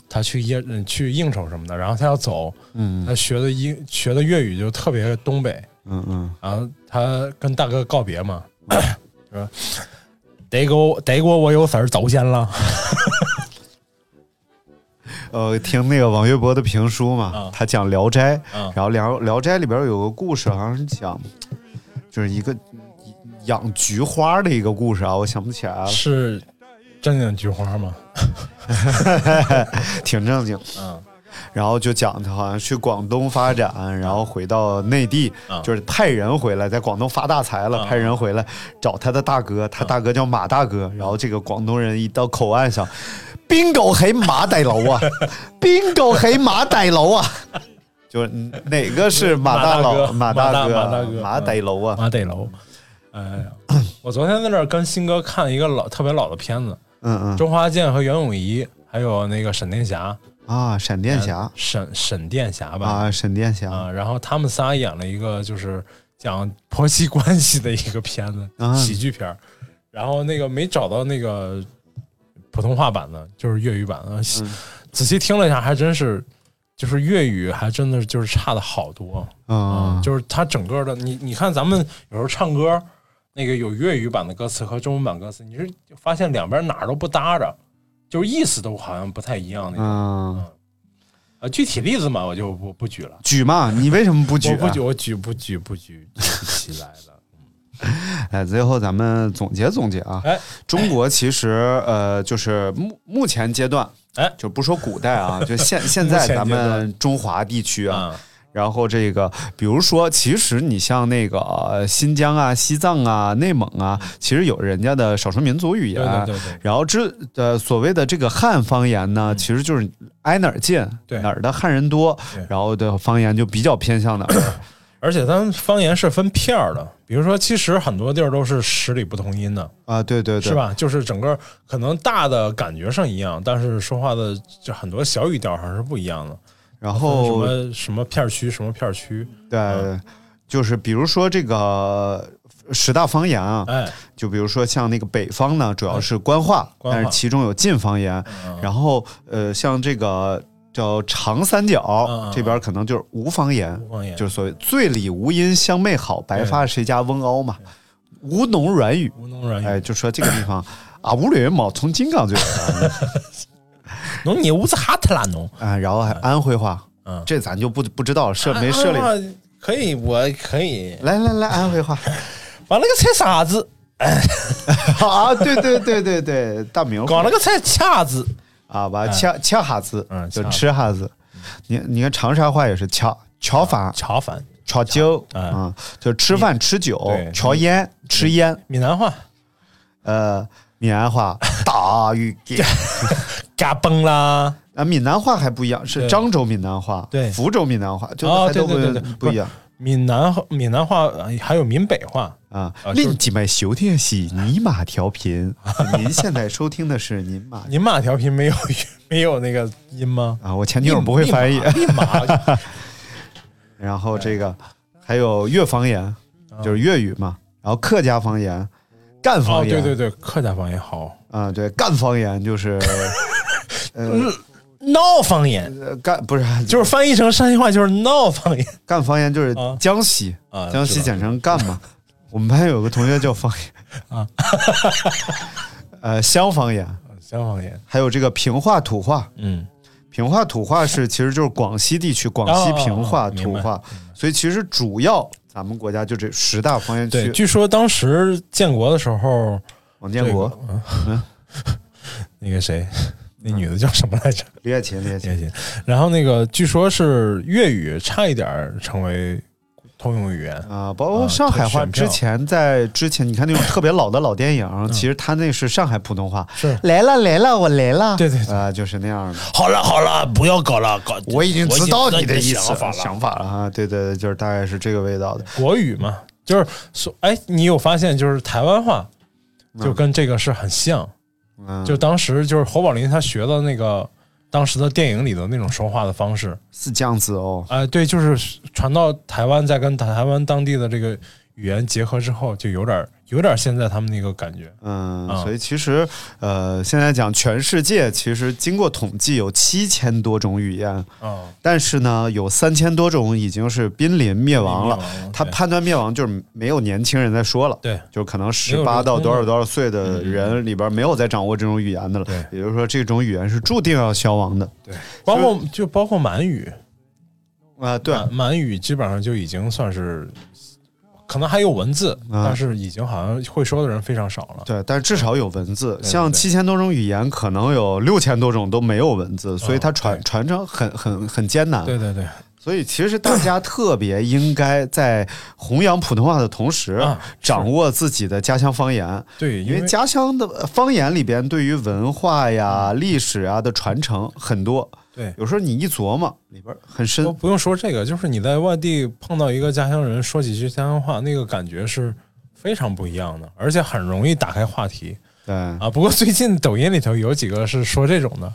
他去应嗯去应酬什么的，然后他要走，嗯他学的英学的粤语就特别东北，嗯嗯然后啊他跟大哥告别嘛， [coughs] 说得给我得给我我有事儿走先了呃，听那个王玥博的评书嘛啊，他讲《聊斋》，啊然后聊《聊斋》里边有个故事，好像是讲就是一个养菊花的一个故事啊，我想不起来了，是真正菊花吗？ [laughs] 挺正经。嗯，然后就讲他好像去广东发展，然后回到内地，啊就是派人回来，在广东发大财了，啊派人回来找他的大哥，他大哥叫马大哥。嗯然后这个广东人一到口岸上，边狗黑马大佬 [laughs] 啊，边狗黑马大佬啊，就是哪个是马大佬？马大大哥哥马大马大，哥马大佬啊，马得楼。哎 [coughs] 呀，我昨天在那儿跟新哥看一个老特别老的片子，嗯嗯周华健和袁咏仪，还有那个沈殿霞，啊，闪电侠沈沈殿霞吧，啊，闪电侠啊、然后他们仨演了一个就是讲婆媳关系的一个片子，啊喜剧片儿然后那个没找到那个普通话版的，就是粤语版的，嗯仔细听了一下，还真是。就是粤语还真的就是差的好多啊，就是它整个的，你你看咱们有时候唱歌，那个有粤语版的歌词和中文版歌词，你是发现两边哪儿都不搭着，就是意思都好像不太一样那种。嗯，啊，具体例子嘛，我就不不举了。举嘛，你为什么不举、我啊？不举，我举不举不举不起来 [laughs] 了。哎，最后咱们总结总结啊，哎中国其实呃，就是目目前阶段，哎就不说古代啊，就 [laughs] 现现在咱目前阶们段中华地区啊，啊，然后这个比如说，其实你像那个、呃新疆啊、西藏啊、内蒙啊，其实有人家的少数民族语对言。嗯对对对，然后这呃所谓的这个汉方言呢，其实就是挨哪儿近，嗯对哪儿的汉人多对，然后的方言就比较偏向哪儿。而且咱们方言是分片儿的，比如说，其实很多地儿都是十里不同音的，啊，对对对，是？吧？就是整个可能大的感觉上一样，但是说话的就很多小语调还是不一样的。然什后么什么片儿区，什么片儿区，嗯对，就是比如说这个十大方言啊，哎，就比如说像那个北方呢，主要是官话，嗯官话但嗯是其中有晋方言，然后呃，像这个叫长三嗯角嗯这边可能就是吴方言，吴方言就是所谓“醉里吴音相媚好，白发谁家翁媪”嘛，吴侬软语，吴侬软哎，语，就说这个地方啊，吴里毛从金刚最远侬你屋子哈特拉侬，啊，然后还安徽话嗯，这咱就不不知道了，涉没涉猎。啊可以，我可以。来来来，安徽话。完了个菜傻子，啊，对对对对对，大明搞了个菜卡子，啊吧，恰恰哈子，嗯就恰吃哈子。你你看长沙话也是恰恰饭、炒饭。恰酒哎啊，就吃饭吃酒对、瞧烟吃烟。闽南话呃，闽南 [laughs] 话打鱼给嘎嘣啦，啊，闽南话还不一样，是对漳州闽南话、对福州闽南话，就哦还都不对对对对不一样闽南话闽南话呃还有闽北话，啊啊。就是另几麦修天喜尼玛调 [laughs] 频，您现在收听的是尼玛您骂调频没有 [laughs] 没有那个音吗？啊，我前女友不会翻译。立 [laughs] 马立马然后这个哎还有粤方言，啊就是粤语嘛，然后客家方言、赣哦，方言，对对对，客家方言好，啊，对赣方言就是 [laughs] 闹方言呃赣不是就是翻译成山西话就是闹方言赣方言就是啊江西，啊江西知道简称赣 [laughs] 嘛。我们班有个同学叫方言啊， [laughs] 呃，湘方言，乡方言，还有这个平话、土话。嗯，平话、土话是其实就是广西地区广西哦哦平话、哦明土白话，所以其实主要咱们国家就这十大方言对，区。据说当时建国的时候，王建国、那个谁， [laughs] 那女的叫什么来着？李雪琴、李雪也琴，行。然后那个据说是粤语差一点儿成为通用语言，啊，包括啊上海话，选票之前在之前，你看那种特别老的老电影，其实他那嗯是上海普通话，是来了来了，我来了，对对对啊，就是那样的。好了好了，不要搞了，搞 [laughs] 我已经知道你的意思想法了。想法了啊，对对对，就是大概是这个味道的。国语嘛，就是说，哎，你有发现就是台湾话就跟这个是很像，嗯，就当时就是侯宝林他学的那个。当时的电影里的那种说话的方式，是这样子哦，哎、对，就是传到台湾，再跟台湾当地的这个语言结合之后，就有点儿有点儿现在他们那个感觉。嗯，啊所以其实呃，现在讲全世界，其实经过统计有七千多种语言，嗯，但是呢，有三千多种已经是濒临灭亡了濒临灭。亡他对判断灭亡就是没有年轻人在说了，对就可能十没有流八通到多少了多少岁的人里边没有再掌握这种语言的了。嗯对也就是说，这种语言是注定要消亡的。包括就包括满语，啊、对，满满语基本上就已经算是，可能还有文字，啊但是已经好像会说的人非常少了。对，但是至少有文字。对像对七千多种语言，可能有六千多种都没有文字，所以它传嗯对传承很很很艰难。对对对，所以其实大家特别应该在弘扬普通话的同时啊，掌握自己的家乡方言。对，因为家乡的呃方言里边对于文化呀、历史啊的传承很多，嗯对有时候你一琢磨里边很深都。不用说这个，就是你在外地碰到一个家乡人，说几句家乡话，那个感觉是非常不一样的，而且很容易打开话题对，啊。不过最近抖音里头有几个是说这种的。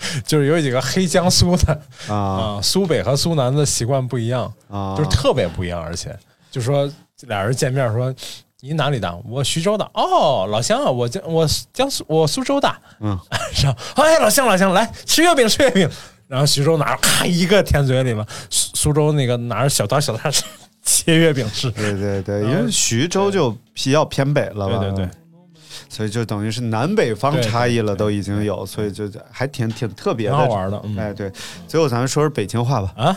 [laughs] 就是有几个黑江苏的啊啊，苏北和苏南的习惯不一样，啊，就是特别不一样，而且就说俩人见面说你哪里的？我徐州的。哦，老乡啊，我江我江苏我苏州的。嗯， [laughs] 然后哎，老乡老乡，来吃月饼吃月饼。然后徐州拿着咔一个填嘴里了，苏苏州那个拿着小刀小刀 [laughs] 吃切月饼吃。 [laughs] 对对对，因为徐州就比较偏北了吧？对对对，所以就等于是南北方对差异了，都已经有，所以就还挺挺特别的，挺好玩的嗯哎，对，最后咱们说说北京话 [laughs] 吧，啊，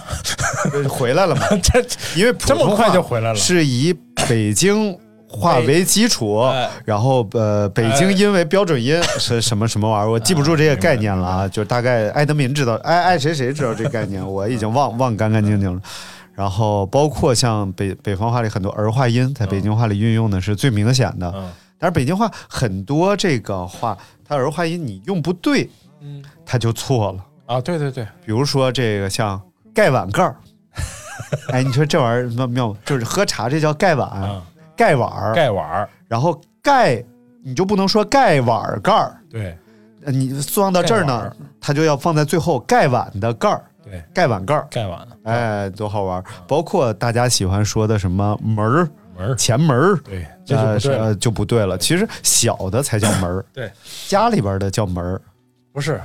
就是回来了嘛， [laughs] 这因为普这么通快话就回来了是以北京话为基础哎，然后呃，北京哎因为标准音是什么什么玩意儿，我记不住这些概念了啊，就大概艾德民知道，爱爱谁谁知道这个概念，我已经 [laughs] 忘忘干干净净了。然后包括像北北方话里很多儿化音，在北京话里运用的是最明显的，嗯但是北京话很多这个话，它儿化音你用不对，嗯它就错了。啊，对对对，比如说这个像盖碗盖儿， [laughs] 哎，你说这玩意儿妙妙，就是喝茶这叫盖碗、嗯盖碗儿，盖碗儿，然后盖你就不能说盖碗儿盖儿，对呃你放到这儿盖碗呢儿，它就要放在最后盖碗的盖儿，对，盖碗盖儿，盖碗哎，多好玩儿！包括大家喜欢说的什么门儿、门儿，前门儿。对，这就呃，不是对了，呃就不对了。其实小的才叫门儿，对，家里边儿的叫门儿不是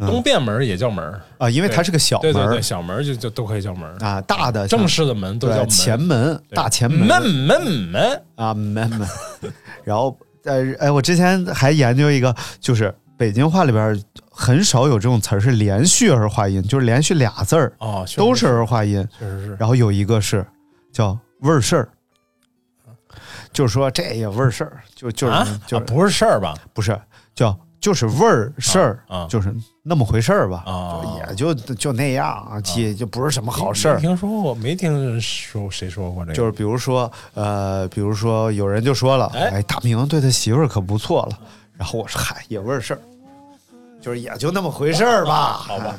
嗯东便门儿也叫门儿，啊，因为对它是个小对门对对，儿小门儿就就都可以叫门儿，啊，大的像正式的门都对叫门前门、对大前门、门门门，啊，没没。 [laughs] 然后呃，哎，我之前还研究一个，就是北京话里边很少有这种词儿是连续儿化音，就是连续俩字儿哦，确实都是儿化音。确实是，然后有一个是叫味儿事儿，就是说这也味儿事儿，就就是、啊就啊是、不是事儿吧？不是叫就是味儿事儿、啊啊就是那么回事儿吧，啊就也就就那样啊，也就不是什么好事儿没。听说过，没听人说谁说过这个，就是比如说，呃，比如说有人就说了，哎哎，大明对他媳妇儿可不错了。然后我说，嗨，也味儿事儿，就是也就那么回事儿 [laughs] 吧。好吧，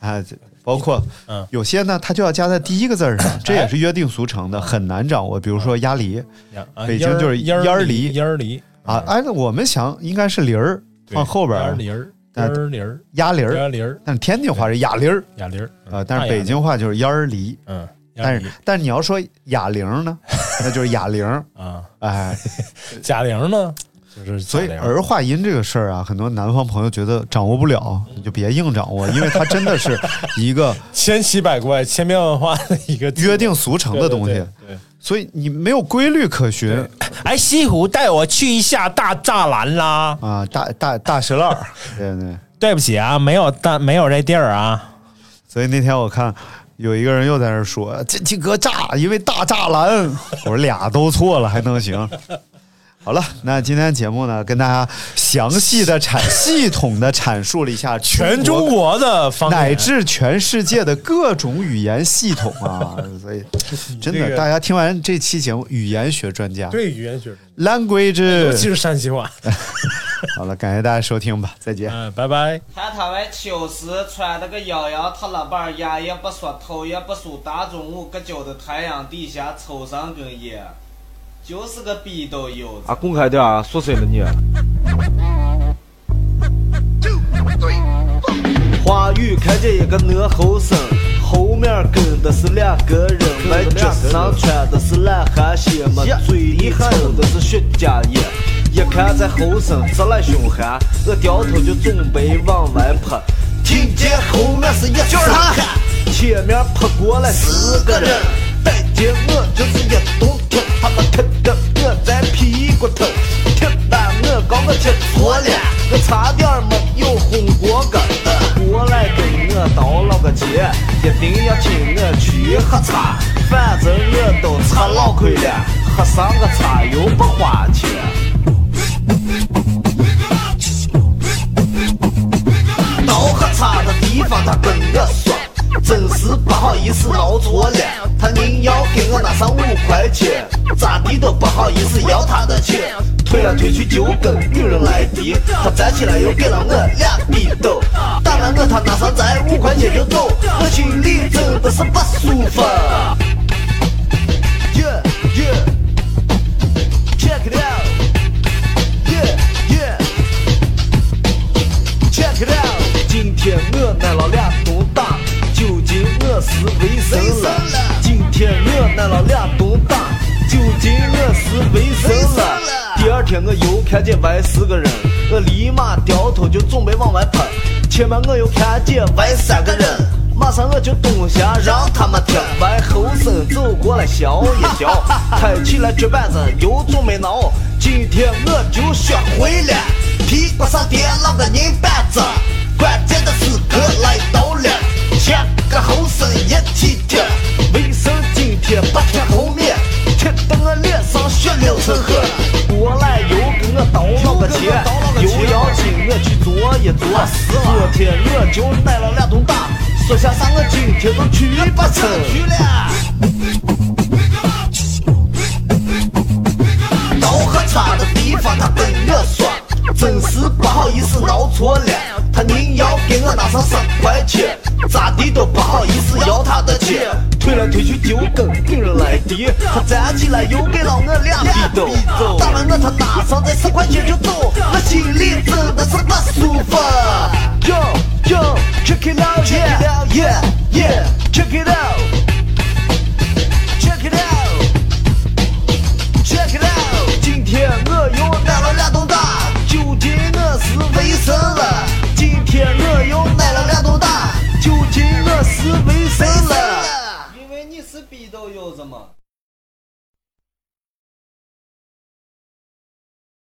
啊，这包括嗯哎有些呢，他就要加在第一个字儿上，这也是约定俗成的，很难掌握。比如说鸭梨呀啊北京就是烟儿烟烟儿儿梨烟儿梨啊，哎，那我们想应该是梨儿对放后边烟儿儿，梨儿啊烟儿梨儿鸭梨烟儿儿。梨儿但是天津话是哑梨儿哑梨儿啊，但是北京话就是鸭儿梨。嗯，烟儿但梨是但是你要说哑铃 [laughs] 呢，那就是哑铃。啊，哎，贾玲呢就是所以贾玲儿化音这个事儿啊，很多南方朋友觉得掌握不了，嗯你就别硬掌握，因为它真的 [laughs] 是一个千奇百怪、千变万化的一个约定俗成的东西，对对对所以你没有规律可循哎，西湖带我去一下大栅栏啦！啊。大大大石烂 [laughs] 儿，对对。对不起啊，没有大没有这地儿啊。所以那天我看有一个人又在那儿说这这个栅，因为大栅栏， [laughs] 我说俩都错了还能行？好了，那今天节目呢，跟大家详细的阐系统的阐述了一下全中国的方言乃至全世界的各种语言系统 [laughs] 啊，所以真这的，个大家听完这期节目，语言学专家对语言学， [laughs] 尤其 language，是山西话。好了，感谢大家收听吧，再见。嗯，拜拜。看他们秋实穿的个洋洋踏拉板，烟也不说，头也不梳，大中午搁脚的太阳底下抽上根烟，就是个逼斗油子。啊，公开点啊，说谁了你？花语看见一个鹅猴身，后面跟的是两个人，外dress 上穿的是烂汗鞋嘛，嘴里抽的是雪茄烟。一看这猴身直来凶悍，我掉头就准备往外扑，听见后面是一声喊，前面扑过来四个人，带着我就是一动听，他们啃着我在屁股疼，踢吧我刚我踢错了，我差点没有红过个。过来跟我道了个歉，一定要请我去喝茶，反正我都吃老亏了，喝上个茶又不花钱。到喝茶的地方，他跟我说，真是不好意思闹错了，他硬要给我拿上五块钱，咋地都不好意思要他的钱，推来推去就跟女人来敌，他站起来又给了我俩逼斗，打完我他拿上咱五块钱就走，我心里真的是不舒服。Yeah yeah check it out yeah yeah。Check it out！今天我拿了俩东打，究竟我是为神了？今天我拿了俩东打，究竟我是为神了？第二天我又看见外四个人，我立马掉头就准备往外跑，前面我又看见外三个人。马上我就蹲下让他们听完后生走过来 [laughs] 笑一笑，抬起来卷板子有皱没挠，今天我就学会了，屁股上跌了个银板子，关键的时刻来到了，前跟后生一起贴，卫生今天不贴后面，贴到我脸上血流成河，过来又给我倒了个钱，有要紧我去做一做，昨天我就带了两桶大。说下山，我今天都去不成。去了。刀和叉的地方，他跟我说，真是不好意思挠错了。他硬要给我拿上三块钱，咋地都不好意思要他的钱。推来推去就跟病人来敌，他站起来又给了我俩逼斗，打完我他拿上这十块钱就走，我心里真的是不舒服。Yo yo check it out check it out yeah yeah check it out check it out check it out，今天我又买了两桶大，究竟我是为什么？今天我又买了两桶大，究竟我是为什么？因为你是逼斗友子嘛。